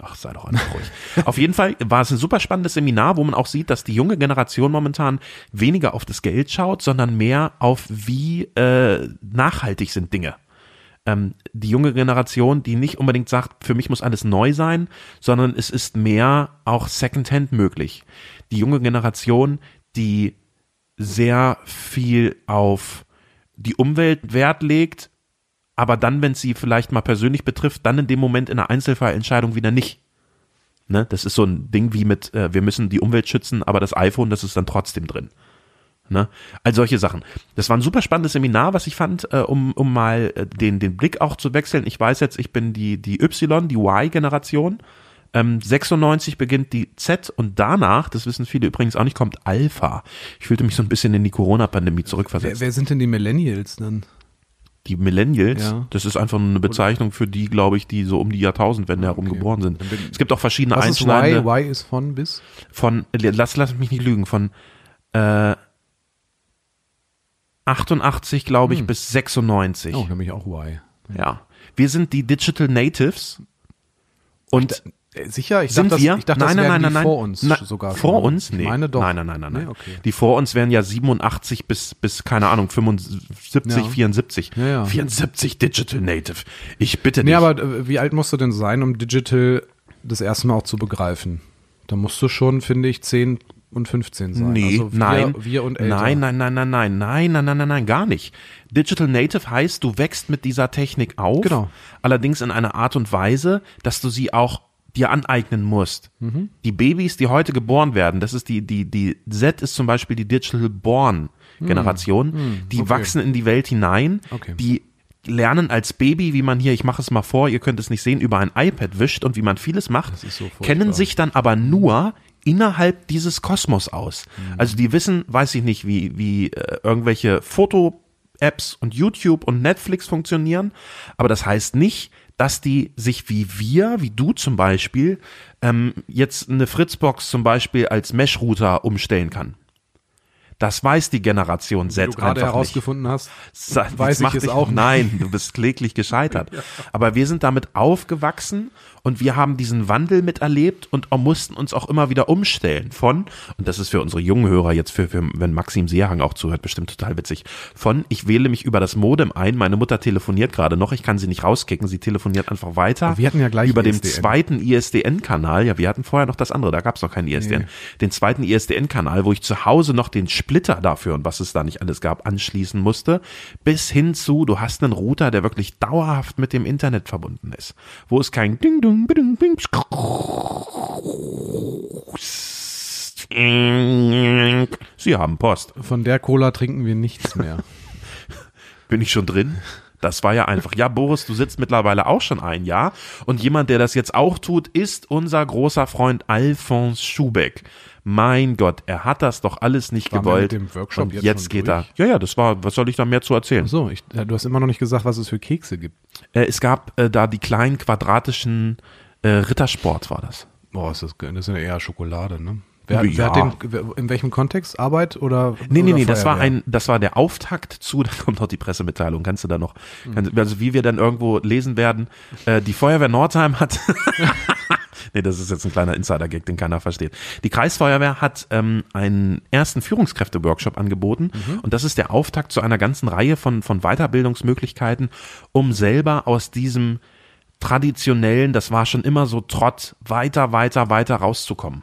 S1: Ach, sei doch einfach ruhig. Auf jeden Fall war es ein super spannendes Seminar, wo man auch sieht, dass die junge Generation momentan weniger auf das Geld schaut, sondern mehr auf, wie äh, nachhaltig sind Dinge. Ähm, die junge Generation, die nicht unbedingt sagt, für mich muss alles neu sein, sondern es ist mehr auch Secondhand möglich. Die junge Generation, die sehr viel auf die Umwelt Wert legt, aber dann, wenn es sie vielleicht mal persönlich betrifft, dann in dem Moment in einer Einzelfallentscheidung wieder nicht. Ne? Das ist so ein Ding wie mit, äh, wir müssen die Umwelt schützen, aber das iPhone, das ist dann trotzdem drin. Ne? All solche Sachen. Das war ein super spannendes Seminar, was ich fand, äh, um, um mal äh, den, den Blick auch zu wechseln. Ich weiß jetzt, ich bin die, die Y, die Y-Generation. Ähm, 96 beginnt die Z und danach, das wissen viele übrigens auch nicht, kommt Alpha. Ich fühlte mich so ein bisschen in die Corona-Pandemie zurückversetzt.
S2: Wer, wer sind denn die Millennials dann?
S1: Die Millennials,
S2: Ja.
S1: das ist einfach nur eine Bezeichnung für die, glaube ich, die so um die Jahrtausendwende herum
S2: Okay.
S1: geboren sind.
S2: Dann bin-
S1: Es gibt auch verschiedene
S2: Was ist Y?
S1: Einschneidende
S2: Y ist von bis?
S1: von, äh, lass, lass mich nicht lügen, von äh, 88, glaube ich, bis 96.
S2: Hm. Oh, nämlich auch Y.
S1: Ja. Wir sind die Digital Natives und
S2: Äh, Sicher? Ich
S1: sind
S2: dachte,
S1: wir?
S2: das, ich dachte, das wären die vor uns
S1: Na,
S2: sogar.
S1: Vor
S2: schon.
S1: uns? Nee.
S2: Ich meine doch.
S1: Nein, nein, nein, nein. nein.
S2: Nee, okay.
S1: Die vor uns wären ja 87 bis, bis keine Ahnung, 75,
S2: Ja.
S1: 74.
S2: Ja, ja.
S1: 74 Digital Native. Ich bitte dich.
S2: Nee, aber äh, wie alt musst du denn sein, um Digital das erste Mal auch zu begreifen? Da musst du schon, finde ich, 10 und 15 sein.
S1: Nee,
S2: also wir,
S1: nein.
S2: Wir und älter.
S1: Nein, nein, nein, nein, nein, nein, nein, nein, nein, nein, gar nicht. Digital Native heißt, du wächst mit dieser Technik auf.
S2: Genau.
S1: Allerdings in einer Art und Weise, dass du sie auch dir aneignen musst.
S2: Mhm.
S1: Die Babys, die heute geboren werden, das ist die, die, die Z ist zum Beispiel die Digital Born Generation, die
S2: Hm. okay.
S1: wachsen in die Welt hinein,
S2: Okay.
S1: die lernen als Baby, wie man hier, ich mache es mal vor, ihr könnt es nicht sehen, über ein iPad wischt und wie man vieles macht,
S2: ist so furchtbar.
S1: kennen sich sich dann aber nur innerhalb dieses Kosmos aus.
S2: Mhm.
S1: Also die wissen, weiß ich nicht, wie, wie äh, irgendwelche Foto-Apps und YouTube und Netflix funktionieren, aber das heißt nicht, dass die sich wie wir, wie du zum Beispiel, ähm, jetzt eine Fritzbox zum Beispiel als Mesh-Router umstellen kann. Das weiß die Generation
S2: Wie
S1: Z
S2: du gerade
S1: einfach nicht.
S2: herausgefunden hast.
S1: Sa- jetzt
S2: Weiß ich
S1: mach
S2: es
S1: dich-
S2: auch nicht.
S1: Nein, du bist kläglich gescheitert. Aber wir sind damit aufgewachsen und wir haben diesen Wandel miterlebt und auch mussten uns auch immer wieder umstellen von, und das ist für unsere jungen Hörer jetzt, für, für wenn Maxim Seehang auch zuhört, bestimmt total witzig, von ich wähle mich über das Modem ein, meine Mutter telefoniert gerade noch, ich kann sie nicht rauskicken, sie telefoniert einfach weiter.
S2: Aber wir hatten ja gleich
S1: Über dem
S2: ISDN.
S1: zweiten ISDN-Kanal, ja, wir hatten vorher noch das andere, da gab es noch keinen ISDN,
S2: Nee.
S1: den zweiten ISDN-Kanal, wo ich zu Hause noch den Splitter dafür und was es da nicht alles gab, anschließen musste, bis hin zu, du hast einen Router, der wirklich dauerhaft mit dem Internet verbunden ist, wo es kein Ding, Ding, Bing, Bing, Sie haben Post.
S2: Von der Cola trinken wir nichts mehr.
S1: Bin ich schon drin? Das war ja einfach. Ja, Boris, du sitzt mittlerweile auch schon ein Jahr. Und jemand, der das jetzt auch tut, ist unser großer Freund Alphonse Schubeck. Mein Gott, er hat das doch alles nicht
S2: Waren wir
S1: gewollt.
S2: mit dem Workshop
S1: und
S2: jetzt
S1: jetzt,
S2: schon
S1: geht
S2: durch?
S1: er. Ja, ja, das war, was soll ich da mehr zu erzählen?
S2: So, ich, äh, du hast immer noch nicht gesagt, was es für Kekse gibt.
S1: Äh, es gab äh, da die kleinen quadratischen äh, Rittersport, war das.
S2: Boah, ist das, ge- das ist ja eher Schokolade, ne? Wer,
S1: Ja.
S2: wer hat den, wer, in welchem Kontext? Arbeit oder
S1: Nee, nee,
S2: oder
S1: nee, das war
S2: Feuerwehr?
S1: ein, das war der Auftakt zu, da kommt noch die Pressemitteilung, kannst du da noch,
S2: Hm.
S1: kannst, also wie wir dann irgendwo lesen werden, äh, die Feuerwehr Nordheim hat, nee, das ist jetzt ein kleiner Insider-Gag, den keiner versteht. Die Kreisfeuerwehr hat ähm, einen ersten Führungskräfte-Workshop angeboten
S2: Mhm.
S1: und das ist der Auftakt zu einer ganzen Reihe von, von Weiterbildungsmöglichkeiten, um selber aus diesem traditionellen, das war schon immer so Trott, weiter, weiter, weiter rauszukommen.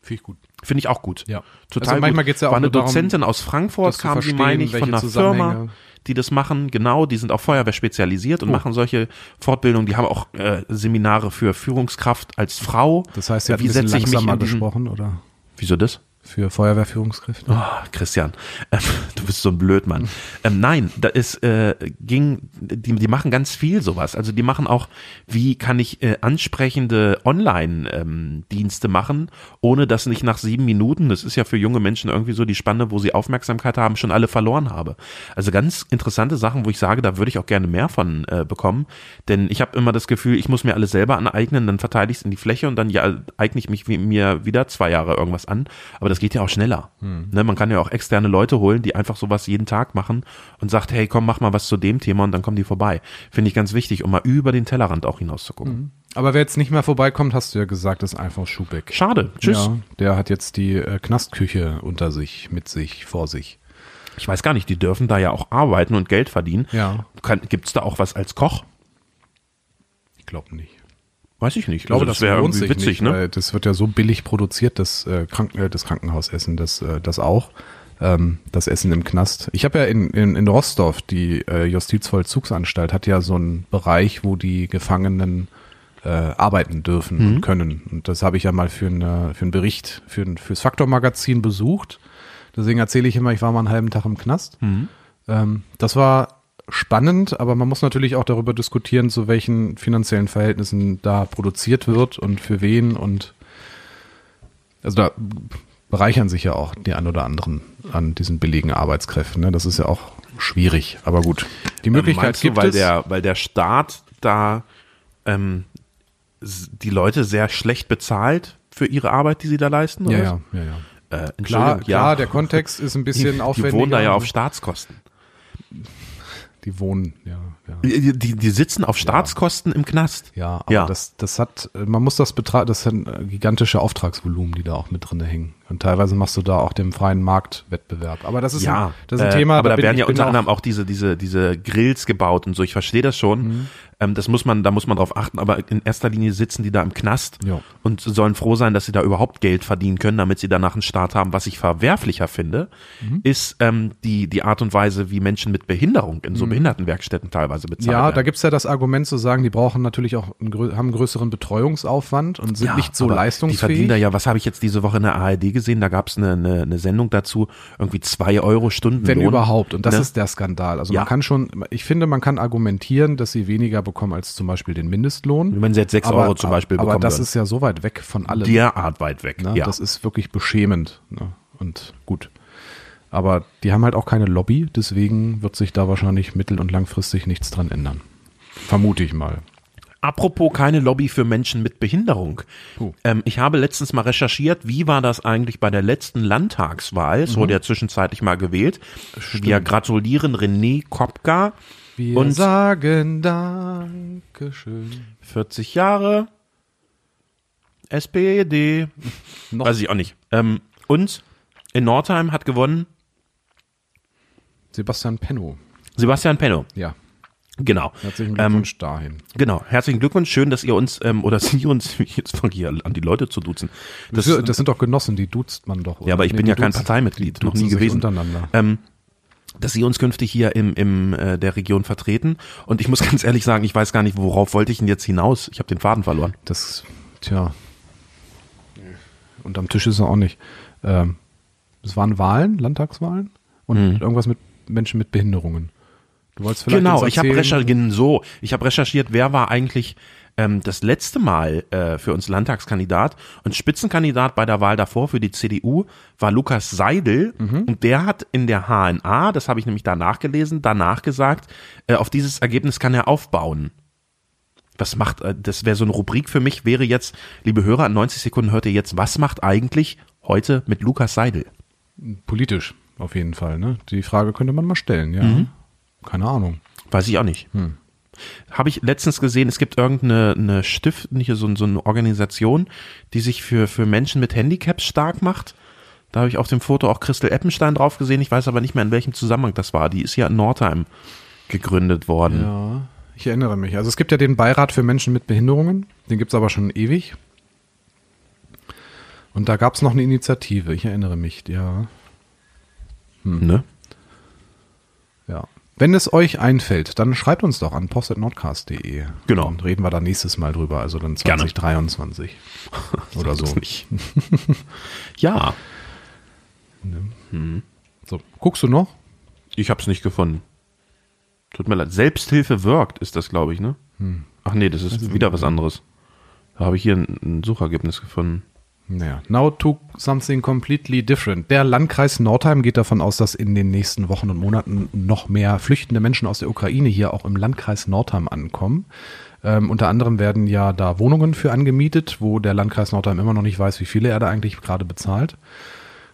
S2: Finde ich gut.
S1: Finde ich auch gut.
S2: Ja.
S1: Total
S2: Also manchmal
S1: gut.
S2: geht's ja auch
S1: War eine
S2: nur darum,
S1: Dozentin aus
S2: das
S1: Frankfurt,
S2: zu
S1: kam die,
S2: verstehen,
S1: meine ich, von
S2: welche
S1: einer Firma,
S2: Zusammenhänge. Oh.
S1: die das machen. Genau, die sind auf Feuerwehr spezialisiert und machen solche Fortbildungen. Die haben auch äh, Seminare für Führungskraft als Frau. Äh,
S2: Das heißt, sie hat
S1: Wie
S2: ein bisschen
S1: setze ich mich
S2: langsamer
S1: in diesen-
S2: gesprochen, oder?
S1: Wieso das?
S2: Für Feuerwehrführungskräfte?
S1: Oh, Christian, ähm, du bist so ein Blödmann. Ähm, nein, da ist äh, ging, die, die machen ganz viel sowas. Also die machen auch, wie kann ich äh, ansprechende Online-Dienste machen, ohne dass nicht nach sieben Minuten, das ist ja für junge Menschen irgendwie so die Spanne, wo sie Aufmerksamkeit haben, schon alle verloren habe. Also ganz interessante Sachen, wo ich sage, da würde ich auch gerne mehr von äh, bekommen. Denn ich habe immer das Gefühl, ich muss mir alles selber aneignen, dann verteile ich es in die Fläche und dann ja, eigne ich mich wie, mir wieder zwei Jahre irgendwas an. Aber das geht ja auch schneller.
S2: Hm.
S1: Ne, man kann ja auch externe Leute holen, die einfach sowas jeden Tag machen und sagt, hey, komm, mach mal was zu dem Thema und dann kommen die vorbei. Finde ich ganz wichtig, um mal über den Tellerrand auch hinaus zu gucken.
S2: Hm. Aber wer jetzt nicht mehr vorbeikommt, hast du ja gesagt, ist einfach Schubeck.
S1: Schade. Tschüss.
S2: Ja, der hat jetzt die äh, Knastküche unter sich, mit sich, vor sich.
S1: Ich weiß gar nicht, die dürfen da ja auch arbeiten und Geld verdienen.
S2: Ja.
S1: Gibt es da auch was als Koch?
S2: Ich glaube nicht.
S1: Weiß ich nicht. Ich
S2: Also lohnt sich nicht,
S1: ne?
S2: weil Das wird ja so billig produziert, das, äh, Kranken, äh, das Krankenhausessen, das, äh, das auch. Ähm, das Essen im Knast. Ich habe ja in, in, in Rostorf, die äh, Justizvollzugsanstalt hat ja so einen Bereich, wo die Gefangenen äh, arbeiten dürfen und können. Und das habe ich ja mal für, eine, für einen Bericht, für ein, fürs Faktor-Magazin besucht. Deswegen erzähle ich immer, ich war mal einen halben Tag im Knast.
S1: Mhm.
S2: Ähm, das war spannend, aber man muss natürlich auch darüber diskutieren, zu welchen finanziellen Verhältnissen da produziert wird und für wen und also da bereichern sich ja auch die ein oder anderen an diesen billigen Arbeitskräften. Ne? Das ist ja auch schwierig, aber gut. Die Möglichkeit
S1: Ähm, Meinst
S2: gibt
S1: du, weil
S2: es.
S1: Der, weil der Staat da ähm, s- die Leute sehr schlecht bezahlt für ihre Arbeit, die sie da leisten?
S2: ja,
S1: oder
S2: ja,
S1: was?
S2: ja, ja.
S1: Äh, Entschuldigung,
S2: Klar,
S1: ja.
S2: klar, der Kontext ist ein bisschen
S1: die, die
S2: aufwendiger.
S1: wohnen da ja auf Staatskosten.
S2: Die wohnen, ja, ja.
S1: Die, die, die sitzen auf Staatskosten im Knast.
S2: Ja, aber
S1: Ja.
S2: Das, das hat, man muss das betrachten, das sind äh, gigantische Auftragsvolumen, die da auch mit drin hängen. Und teilweise machst du da auch dem freien Marktwettbewerb. Aber das ist ein, das ist ein
S1: äh,
S2: Thema.
S1: Aber da
S2: bin
S1: werden
S2: ich-
S1: ja
S2: bin
S1: unter anderem auch diese, diese, diese Grills gebaut und so. Ich verstehe das schon.
S2: Mhm.
S1: Ähm, das muss man, da muss man drauf achten. Aber in erster Linie sitzen die da im Knast
S2: Ja.
S1: und sollen froh sein, dass sie da überhaupt Geld verdienen können, damit sie danach einen Start haben. Was ich verwerflicher finde,
S2: Mhm.
S1: ist ähm, die, die Art und Weise, wie Menschen mit Behinderung in so Behindertenwerkstätten teilweise bezahlt
S2: Mhm. Ja,
S1: werden.
S2: da gibt's ja das Argument zu sagen, die brauchen natürlich auch einen, grö- haben einen größeren Betreuungsaufwand und sind
S1: Ja,
S2: nicht so
S1: aber Die verdienen
S2: leistungsfähig.
S1: da ja, was habe ich jetzt diese Woche in der ARD gesehen? Da gab es eine, eine, eine Sendung dazu, irgendwie zwei Euro Stunden.
S2: wenn überhaupt. Und das
S1: Ne?
S2: ist der Skandal. Also
S1: Ja.
S2: man kann schon, ich finde, man kann argumentieren, dass sie weniger bekommen als zum Beispiel den Mindestlohn.
S1: Wenn sie jetzt sechs Euro zum Beispiel
S2: aber
S1: bekommen
S2: das
S1: würden.
S2: ist ja so weit weg von allem.
S1: derart weit weg.
S2: Ne?
S1: ja.
S2: Das ist wirklich beschämend. Ne? Und gut. Aber die haben halt auch keine Lobby, deswegen wird sich da wahrscheinlich mittel- und langfristig nichts dran ändern. Vermute ich mal.
S1: Apropos keine Lobby für Menschen mit Behinderung.
S2: Puh.
S1: Ähm, ich habe letztens mal recherchiert, wie war das eigentlich bei der letzten Landtagswahl? Es
S2: Mhm.
S1: wurde ja zwischenzeitlich mal gewählt. Wir gratulieren René Kopka.
S2: Wir
S1: Und-
S2: sagen Dankeschön.
S1: 40 Jahre. SPD.
S2: Noch-
S1: Weiß ich auch nicht. Ähm, und in Nordheim hat gewonnen
S2: Sebastian Penno.
S1: Sebastian Penno.
S2: Ja,
S1: Genau.
S2: herzlichen
S1: Ähm,
S2: Glückwunsch dahin.
S1: Genau. Herzlichen Glückwunsch. Schön, dass ihr uns, ähm, oder sie uns, jetzt fange ich hier an, die Leute zu duzen.
S2: Das, das sind doch Genossen, die duzt man doch. oder?
S1: Ja, aber ich
S2: Nee,
S1: bin
S2: die
S1: ja kein
S2: duzen-
S1: Parteimitglied,
S2: die
S1: noch nie
S2: duzen sich
S1: gewesen.
S2: Untereinander.
S1: Ähm, dass Sie uns künftig hier im, im äh, der Region vertreten. Und ich muss ganz ehrlich sagen, ich weiß gar nicht, worauf wollte ich denn jetzt hinaus? Ich habe den Faden verloren.
S2: Das, tja. Und am Tisch ist er auch nicht. Ähm, es waren Wahlen, Landtagswahlen und
S1: Mhm.
S2: irgendwas mit Menschen mit Behinderungen. Du wolltest vielleicht
S1: genau,
S2: uns
S1: ich habe
S2: erzählen-
S1: recherchiert, so, ich habe recherchiert, wer war eigentlich ähm, das letzte Mal äh, für uns Landtagskandidat und Spitzenkandidat bei der Wahl davor für die CDU war Lukas Seidel
S2: Mhm.
S1: und der hat in der HNA, das habe ich nämlich danach gelesen, danach gesagt, äh, auf dieses Ergebnis kann er aufbauen. Was macht, äh, das wäre so eine Rubrik für mich, wäre jetzt, liebe Hörer, in 90 Sekunden hört ihr jetzt, was macht eigentlich heute mit Lukas Seidel?
S2: Politisch
S1: Mhm.
S2: auf jeden Fall, ne? Die Frage könnte man mal stellen, ja. Keine Ahnung.
S1: Weiß ich auch nicht. Habe ich letztens gesehen, es gibt irgendeine eine Stift, nicht so, so eine Organisation, die sich für, für Menschen mit Handicaps stark macht. Da habe ich auf dem Foto auch Christel Eppenstein drauf gesehen. Ich weiß aber nicht mehr, in welchem Zusammenhang das war. Die ist ja in Nordheim gegründet worden.
S2: Ja, ich erinnere mich. Also es gibt ja den Beirat für Menschen mit Behinderungen, den gibt es aber schon ewig. Und da gab es noch eine Initiative, ich erinnere mich, ja. Hm.
S1: Ne?
S2: ja. Wenn es euch einfällt, dann schreibt uns doch an post.nordcast.de.
S1: Genau.
S2: Und reden wir da nächstes Mal drüber, also dann
S1: Gerne.
S2: 2023. Oder so.
S1: Das nicht. ja,
S2: so. Guckst du noch?
S1: ich habe es nicht gefunden. Tut mir leid. Selbsthilfe wirkt ist das, glaube ich, ne?
S2: Hm.
S1: Ach nee, das ist
S2: Also
S1: wieder was anderes. Da habe ich hier ein, ein Suchergebnis gefunden.
S2: Naja, now to something completely different. Der Landkreis Nordheim geht davon aus, dass in den nächsten Wochen und Monaten noch mehr flüchtende Menschen aus der Ukraine hier auch im Landkreis Nordheim ankommen. Ähm, unter anderem werden ja da Wohnungen für angemietet, wo der Landkreis Nordheim immer noch nicht weiß, wie viele er da eigentlich gerade bezahlt.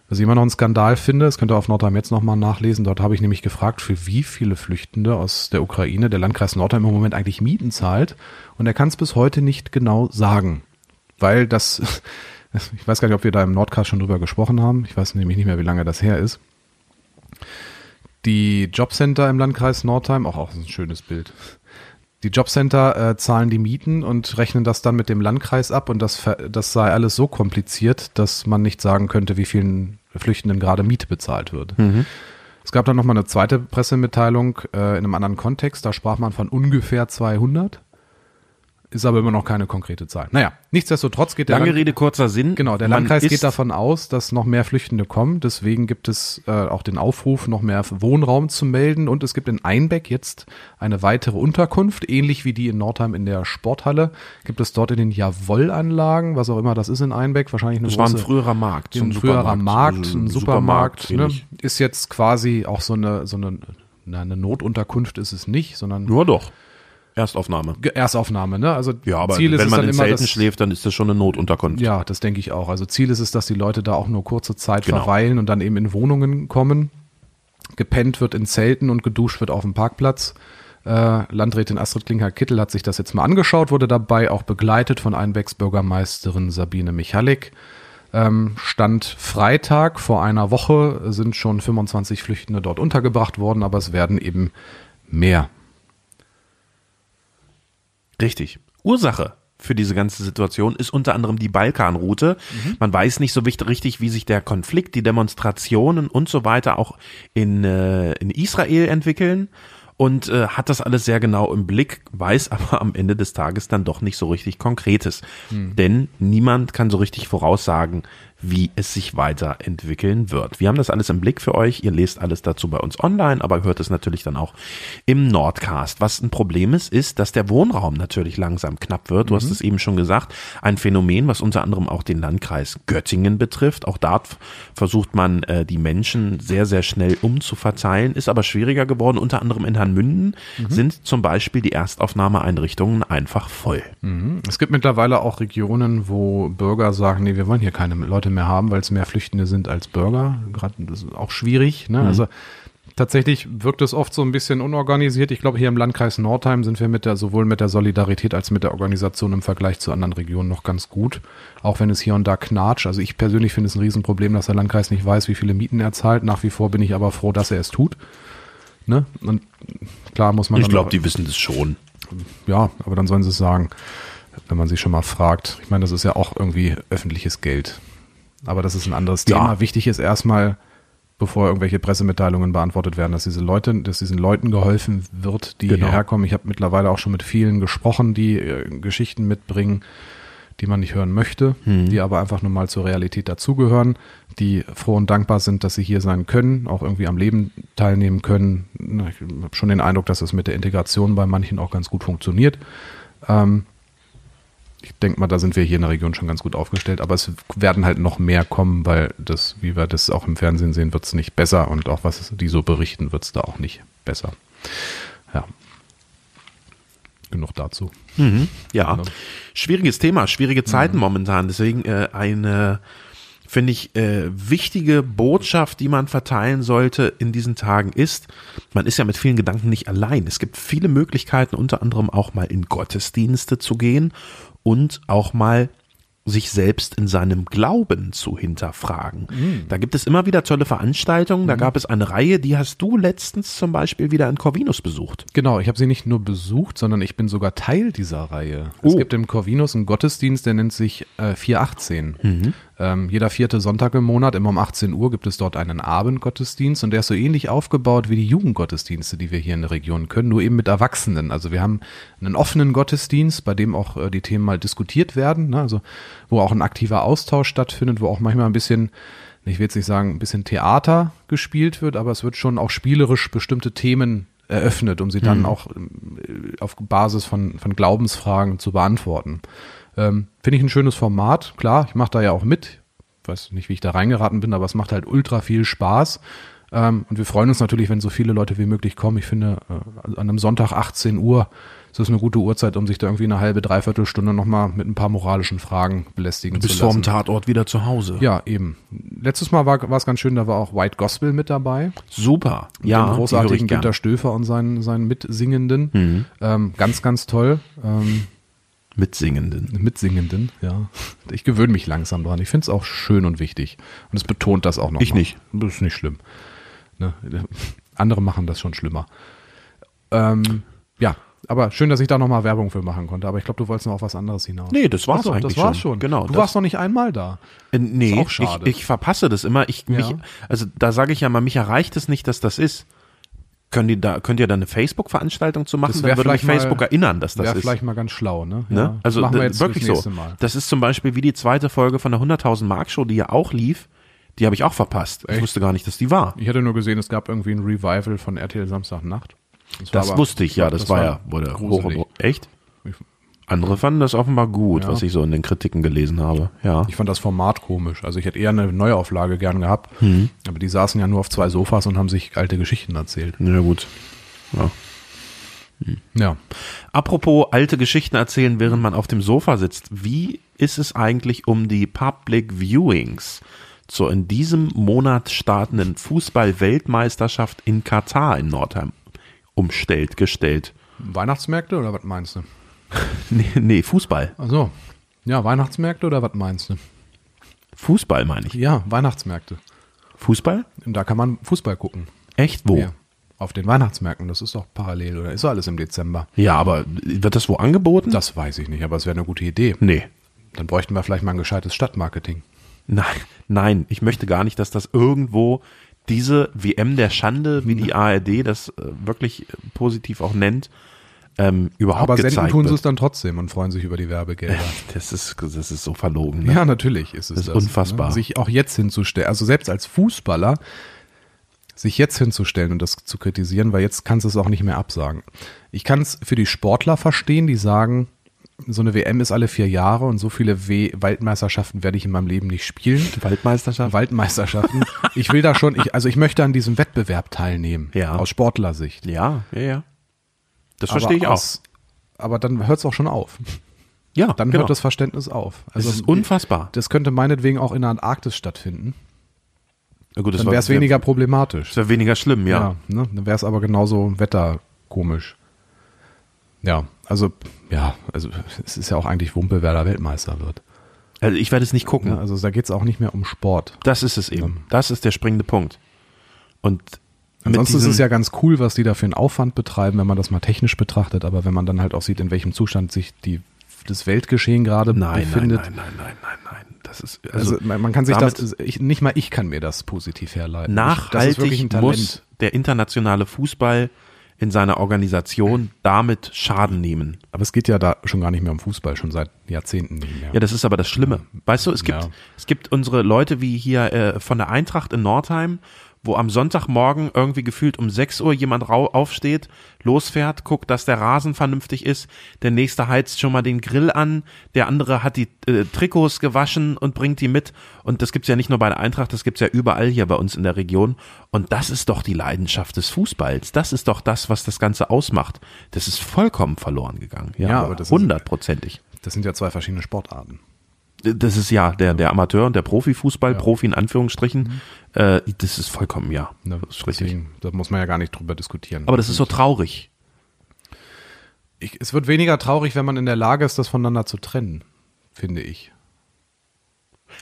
S2: Was ich immer noch einen Skandal finde, das könnt ihr auf Nordheim jetzt nochmal nachlesen. Dort habe ich nämlich gefragt, für wie viele Flüchtende aus der Ukraine der Landkreis Nordheim im Moment eigentlich Mieten zahlt. Und er kann es bis heute nicht genau sagen. Weil das, ich weiß gar nicht, ob wir da im Nordcast schon drüber gesprochen haben. Ich weiß nämlich nicht mehr, wie lange das her ist. Die Jobcenter im Landkreis Nordheim, auch, auch ein schönes Bild. Die Jobcenter äh, zahlen die Mieten und rechnen das dann mit dem Landkreis ab und das, ver- das sei alles so kompliziert, dass man nicht sagen könnte, wie vielen Flüchtenden gerade Miete bezahlt wird. Es gab dann nochmal eine zweite Pressemitteilung äh, in einem anderen Kontext, da sprach man von ungefähr 200, ist aber immer noch keine konkrete Zahl. Naja, nichtsdestotrotz geht der
S1: Lange
S2: Land-
S1: Rede, kurzer Sinn.
S2: Genau, der
S1: Man
S2: Landkreis
S1: ist-
S2: geht davon aus, dass noch mehr Flüchtende kommen. Deswegen gibt es äh, auch den Aufruf, noch mehr Wohnraum zu melden. Und es gibt in Einbeck jetzt eine weitere Unterkunft, ähnlich wie die in Nordheim in der Sporthalle. Gibt es dort in den Jawoll-Anlagen, was auch immer das ist in Einbeck, wahrscheinlich eine
S1: Das war ein
S2: große-
S1: früherer Markt. so
S2: ein früherer
S1: Supermarkt,
S2: Markt,
S1: so
S2: ein Supermarkt, ne,
S1: ähnlich.
S2: ist jetzt quasi auch so eine, so eine, na, eine Notunterkunft ist es nicht, sondern
S1: Ja, doch. Erstaufnahme.
S2: Ge- Erstaufnahme. Ne? Also
S1: Ja, aber
S2: Ziel ist
S1: wenn
S2: es
S1: man
S2: dann
S1: in
S2: immer,
S1: Zelten
S2: dass-
S1: schläft, dann ist das schon eine Notunterkunft.
S2: Ja, das denke ich auch. Also Ziel ist es, dass die Leute da auch nur kurze Zeit
S1: Genau.
S2: verweilen und dann eben in Wohnungen kommen. Gepennt wird in Zelten und geduscht wird auf dem Parkplatz. Äh, Landrätin Astrid Klinger-Kittel hat sich das jetzt mal angeschaut, wurde dabei auch begleitet von Einbecks Bürgermeisterin Sabine Michalik. Ähm, Stand Freitag vor einer Woche sind schon 25 Flüchtende dort untergebracht worden, aber es werden eben mehr.
S1: Richtig. Ursache für diese ganze Situation ist unter anderem die Balkanroute. Man weiß nicht so wicht- richtig, wie sich der Konflikt, die Demonstrationen und so weiter auch in, äh, in Israel entwickeln und äh, hat das alles sehr genau im Blick, weiß aber am Ende des Tages dann doch nicht so richtig Konkretes. Denn niemand kann so richtig voraussagen, wie es sich weiterentwickeln wird. Wir haben das alles im Blick für euch. Ihr lest alles dazu bei uns online, aber hört es natürlich dann auch im Nordcast. Was ein Problem ist, ist, dass der Wohnraum natürlich langsam knapp wird. Du hast es eben schon gesagt. Ein Phänomen, was unter anderem auch den Landkreis Göttingen betrifft. Auch da f- versucht man, äh, die Menschen sehr, sehr schnell umzuverteilen, ist aber schwieriger geworden. Unter anderem in Hanmünden sind zum Beispiel die Erstaufnahmeeinrichtungen einfach voll.
S2: Mhm. Es gibt mittlerweile auch Regionen, wo Bürger sagen, nee, wir wollen hier keine Leute mehr haben, weil es mehr Flüchtende sind als Bürger. Gerade das ist auch schwierig. Ne? Also tatsächlich wirkt es oft so ein bisschen unorganisiert. Ich glaube, hier im Landkreis Nordheim sind wir mit der sowohl mit der Solidarität als mit der Organisation im Vergleich zu anderen Regionen noch ganz gut. Auch wenn es hier und da knatscht. Also ich persönlich finde es ein Riesenproblem, dass der Landkreis nicht weiß, wie viele Mieten er zahlt. Nach wie vor bin ich aber froh, dass er es tut. Ne? Und klar muss man
S1: Ich
S2: dann
S1: glaube,
S2: auch-
S1: die wissen das schon.
S2: ja, aber dann sollen sie es sagen, wenn man sie schon mal fragt. Ich meine, das ist ja auch irgendwie öffentliches Geld. Aber das ist ein anderes
S1: Ja.
S2: Thema. Wichtig ist erstmal, bevor irgendwelche Pressemitteilungen beantwortet werden, dass diese Leute, dass diesen Leuten geholfen wird, die
S1: Genau.
S2: hierher kommen. Ich habe mittlerweile auch schon mit vielen gesprochen, die äh, Geschichten mitbringen, die man nicht hören möchte, die aber einfach nur mal zur Realität dazugehören, die froh und dankbar sind, dass sie hier sein können, auch irgendwie am Leben teilnehmen können. Na, Ich habe schon den Eindruck, dass es mit der Integration bei manchen auch ganz gut funktioniert. Ähm, ich denke mal, da sind wir hier in der Region schon ganz gut aufgestellt, aber es werden halt noch mehr kommen, weil das, wie wir das auch im Fernsehen sehen, wird es nicht besser und auch was die so berichten, wird es da auch nicht besser. Ja. Genug dazu.
S1: Ne? Mhm. Ja, schwieriges Thema, schwierige Zeiten momentan. Deswegen äh, eine finde ich, äh, wichtige Botschaft, die man verteilen sollte in diesen Tagen ist, man ist ja mit vielen Gedanken nicht allein. Es gibt viele Möglichkeiten, unter anderem auch mal in Gottesdienste zu gehen und auch mal sich selbst in seinem Glauben zu hinterfragen. Da gibt es immer wieder tolle Veranstaltungen. Da gab es eine Reihe, die hast du letztens zum Beispiel wieder in Corvinus besucht.
S2: Genau, ich habe sie nicht nur besucht, sondern ich bin sogar Teil dieser Reihe. Es
S1: Oh.
S2: gibt im Corvinus einen Gottesdienst, der nennt sich äh, 418. Ähm, jeder vierte Sonntag im Monat, immer um 18 Uhr, gibt es dort einen Abendgottesdienst und der ist so ähnlich aufgebaut wie die Jugendgottesdienste, die wir hier in der Region können, nur eben mit Erwachsenen. Also wir haben einen offenen Gottesdienst, bei dem auch äh, die Themen mal diskutiert werden, ne? also wo auch ein aktiver Austausch stattfindet, wo auch manchmal ein bisschen ich will jetzt nicht sagen, ein bisschen Theater gespielt wird, aber es wird schon auch spielerisch bestimmte Themen eröffnet, um sie dann auch ähm, auf Basis von, von Glaubensfragen zu beantworten. Ähm, Finde ich ein schönes Format. Klar, ich mache da ja auch mit. Weiß nicht, wie ich da reingeraten bin, aber es macht halt ultra viel Spaß. Ähm, und wir freuen uns natürlich, wenn so viele Leute wie möglich kommen. Ich finde, äh, an einem Sonntag 18 Uhr ist das eine gute Uhrzeit, um sich da irgendwie eine halbe, dreiviertel Stunde nochmal mit ein paar moralischen Fragen belästigen
S1: Bis
S2: zu lassen.
S1: vorm Tatort wieder zu Hause.
S2: Ja, eben. Letztes Mal war war es ganz schön, da war auch White Gospel mit dabei.
S1: Super.
S2: Mit
S1: Ja,
S2: dem
S1: die höre
S2: großartigen
S1: ich gern. Mhm.
S2: Günter Stöfer und seinen, seinen Mitsingenden. Ähm, ganz, ganz toll. Ähm,
S1: Mitsingenden.
S2: Mitsingenden, ja. Ich gewöhne mich langsam dran. Ich finde es auch schön und wichtig. Und es betont das auch noch.
S1: Ich
S2: mal.
S1: nicht.
S2: Das ist nicht schlimm. Ne? Andere machen das schon schlimmer. Ähm, ja, aber schön, dass ich da nochmal Werbung für machen konnte. Aber ich glaube, du wolltest noch auf was anderes hinaus.
S1: Nee, das war's
S2: Ach so,
S1: eigentlich
S2: Das war's
S1: schon.
S2: schon.
S1: Genau,
S2: Du
S1: das-
S2: warst noch nicht einmal da.
S1: Äh, Nee,
S2: Ist auch schade.
S1: Ich, ich verpasse das immer. Ich, mich,
S2: Ja.
S1: also da sage ich ja mal, mich erreicht es nicht, dass das ist. Könnt ihr da, könnt ihr da eine Facebook-Veranstaltung zu machen?
S2: Das
S1: Dann
S2: Hm, wär
S1: würde mich
S2: vielleicht mal-
S1: Facebook erinnern, dass das
S2: Wäre
S1: ist.
S2: vielleicht mal ganz schlau, ne?
S1: Ne?
S2: Ja.
S1: also
S2: machen wir
S1: d-
S2: jetzt
S1: wirklich
S2: das
S1: so.
S2: nächste Mal.
S1: Das ist zum Beispiel wie die zweite Folge von der 100.000 Mark Show, die ja auch lief. Die habe ich auch verpasst. Ich
S2: Echt?
S1: wusste gar nicht, dass die war.
S2: Ich hatte nur gesehen, es gab irgendwie ein Revival von RTL Samstagnacht. war
S1: Das
S2: aber-
S1: wusste ich ja. Das, war ja wurde hoch,
S2: gruselig.
S1: echt.
S2: Ich-
S1: Andere fanden das offenbar gut,
S2: Ja.
S1: was ich so in den Kritiken gelesen habe. Ja.
S2: Ich fand das Format komisch. Also ich hätte eher eine Neuauflage gern gehabt.
S1: Mhm.
S2: Aber die saßen ja nur auf zwei Sofas und haben sich alte Geschichten erzählt.
S1: Na gut. Ja.
S2: Ja.
S1: Apropos alte Geschichten erzählen, während man auf dem Sofa sitzt. Wie ist es eigentlich um die Public Viewings zur in diesem Monat startenden Fußball-Weltmeisterschaft in Katar in Nordheim umstellt, gestellt?
S2: Weihnachtsmärkte oder was meinst du?
S1: Nee, nee Fußball.
S2: Also ja, Weihnachtsmärkte oder was meinst du?
S1: Fußball meine ich.
S2: Ja, Weihnachtsmärkte.
S1: Fußball?
S2: Und da kann man Fußball gucken.
S1: Echt wo?
S2: Ja. Auf den Weihnachtsmärkten, das ist doch parallel oder ist doch alles im Dezember?
S1: Ja, aber wird das wo angeboten?
S2: Das weiß ich nicht, aber es wäre eine gute Idee.
S1: nee.
S2: Dann bräuchten wir vielleicht mal ein gescheites Stadtmarketing.
S1: Nein, nein, ich möchte gar nicht, dass das irgendwo diese WM der Schande, wie die ARD das äh, wirklich äh, positiv auch nennt, ähm, überhaupt
S2: Aber
S1: gezeigt
S2: senden tun sie es
S1: wird. Äh,
S2: dann trotzdem und freuen sich über die Werbegelder.
S1: Das ist, das ist so verlogen. Ne?
S2: Ja, natürlich ist es ne?
S1: Das ist unfassbar.
S2: Sich auch jetzt hinzustellen, also selbst als Fußballer, sich jetzt hinzustellen und das zu kritisieren, weil jetzt kannst du es auch nicht mehr absagen. Ich kann es für die Sportler verstehen, die sagen, so eine WM ist alle vier Jahre und so viele w Weltmeisterschaften werde ich in meinem Leben nicht spielen.
S1: Waldmeisterschaft.
S2: Waldmeisterschaften. Ich will da schon, ich, also ich möchte an diesem Wettbewerb teilnehmen,
S1: Ja.
S2: aus Sportlersicht.
S1: ja, ja, ja. Das verstehe ich auch.
S2: auch. Aber dann hört es auch schon auf.
S1: Ja,
S2: Dann
S1: genau.
S2: hört das Verständnis auf. Also
S1: Es ist unfassbar.
S2: Das könnte meinetwegen auch in der Antarktis stattfinden.
S1: Na gut, das
S2: Dann
S1: war-
S2: wäre es weniger problematisch.
S1: Das wäre weniger schlimm, ja.
S2: ne? Dann wäre es aber genauso wetterkomisch. Ja, also, ja, also es ist ja auch eigentlich Wumpe, wer da Weltmeister wird.
S1: Also ich werde es nicht gucken.
S2: Ne? Also da geht es auch nicht mehr um Sport.
S1: Das ist es eben. Das ist der springende Punkt. Und mit
S2: Ansonsten ist
S1: diesem-
S2: es ja ganz cool, was die da für einen Aufwand betreiben, wenn man das mal technisch betrachtet, aber wenn man dann halt auch sieht, in welchem Zustand sich die, das Weltgeschehen gerade
S1: Nein, nein,
S2: befindet.
S1: nein, nein, nein, nein, nein. Das ist
S2: Also, man, man kann sich
S1: damit
S2: das, ich, nicht mal ich kann mir das positiv herleiten. Ich- das ist wirklich
S1: nachhaltig
S2: ein Talent.
S1: muss der internationale Fußball in seiner Organisation damit Schaden nehmen.
S2: Aber es geht ja da schon gar nicht mehr um Fußball, schon seit Jahrzehnten nicht mehr.
S1: Ja, das ist aber das Schlimme. Weißt du, es gibt,
S2: Ja.
S1: es gibt unsere Leute wie hier äh, von der Eintracht in Nordheim, wo am Sonntagmorgen irgendwie gefühlt um 6 Uhr jemand rau aufsteht, losfährt, guckt, dass der Rasen vernünftig ist, der nächste heizt schon mal den Grill an, der andere hat die äh, Trikots gewaschen und bringt die mit. Und das gibt's ja nicht nur bei der Eintracht, das gibt's ja überall hier bei uns in der Region. Und das ist doch die Leidenschaft des Fußballs. Das ist doch das, was das Ganze ausmacht. Das ist vollkommen verloren gegangen. Ja,
S2: Ja,
S1: aber
S2: aber das ist-
S1: hundertprozentig.
S2: Das sind ja zwei verschiedene Sportarten.
S1: Das ist ja der, der Amateur- und der Profifußball, Profi in Anführungsstrichen. Äh, das ist vollkommen ja.
S2: Ne,
S1: Das ist richtig.
S2: Mhm. Deswegen, da muss man ja gar nicht drüber diskutieren.
S1: Aber das ist so traurig.
S2: ich, es wird weniger traurig, wenn man in der Lage ist, das voneinander zu trennen, finde ich.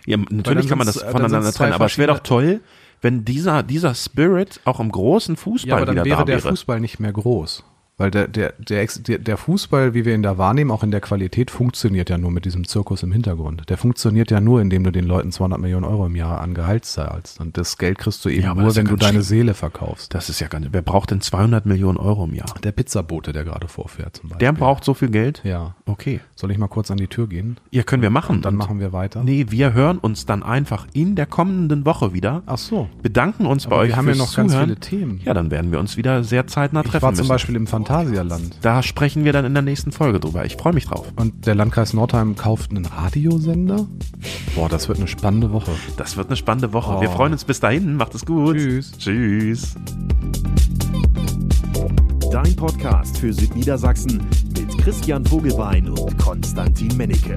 S1: Ja, natürlich kann man das
S2: sind's, äh, dann
S1: voneinander
S2: sind's zwei
S1: trennen, aber es wäre doch toll, wenn dieser, dieser Spirit auch im großen Fußball
S2: Ja, aber dann
S1: wieder
S2: wäre
S1: da
S2: der
S1: wäre.
S2: Fußball nicht mehr groß. Weil der, der, der, Ex- der, der Fußball, wie wir ihn da wahrnehmen, auch in der Qualität, funktioniert ja nur mit diesem Zirkus im Hintergrund. Der funktioniert ja nur, indem du den Leuten 200 Millionen Euro im Jahr an Gehalt zahlst. Und das Geld kriegst du eben
S1: Ja, aber das
S2: nur,
S1: ist ja
S2: wenn du
S1: ganz
S2: deine
S1: schlimm.
S2: Seele verkaufst.
S1: das ist ja gar nicht. Wer braucht denn 200 Millionen Euro im Jahr?
S2: Der Pizzabote, der gerade vorfährt zum Beispiel.
S1: Der braucht so viel Geld?
S2: Ja.
S1: Okay.
S2: Soll ich mal kurz an die Tür gehen?
S1: Ja, können wir machen.
S2: Dann
S1: Und-
S2: machen wir weiter.
S1: Nee, wir hören uns dann einfach in der kommenden Woche wieder.
S2: Ach so.
S1: Bedanken uns bei
S2: Aber
S1: euch
S2: wir haben ja
S1: fürs
S2: noch ganz
S1: Zuhören.
S2: viele Themen.
S1: Ja, dann werden wir uns wieder sehr zeitnah
S2: Ich
S1: treffen
S2: war zum
S1: müssen.
S2: Beispiel im Phantasialand.
S1: Da sprechen wir dann in der nächsten Folge drüber. Ich freue mich drauf.
S2: Und der Landkreis Nordheim kauft einen Radiosender? Boah, das wird eine spannende Woche.
S1: Das wird eine spannende Woche.
S2: Oh.
S1: Wir freuen uns bis dahin. Macht es gut.
S2: Tschüss.
S1: Tschüss.
S3: Dein Podcast für Südniedersachsen mit Christian Vogelbein und Konstantin Mennecke.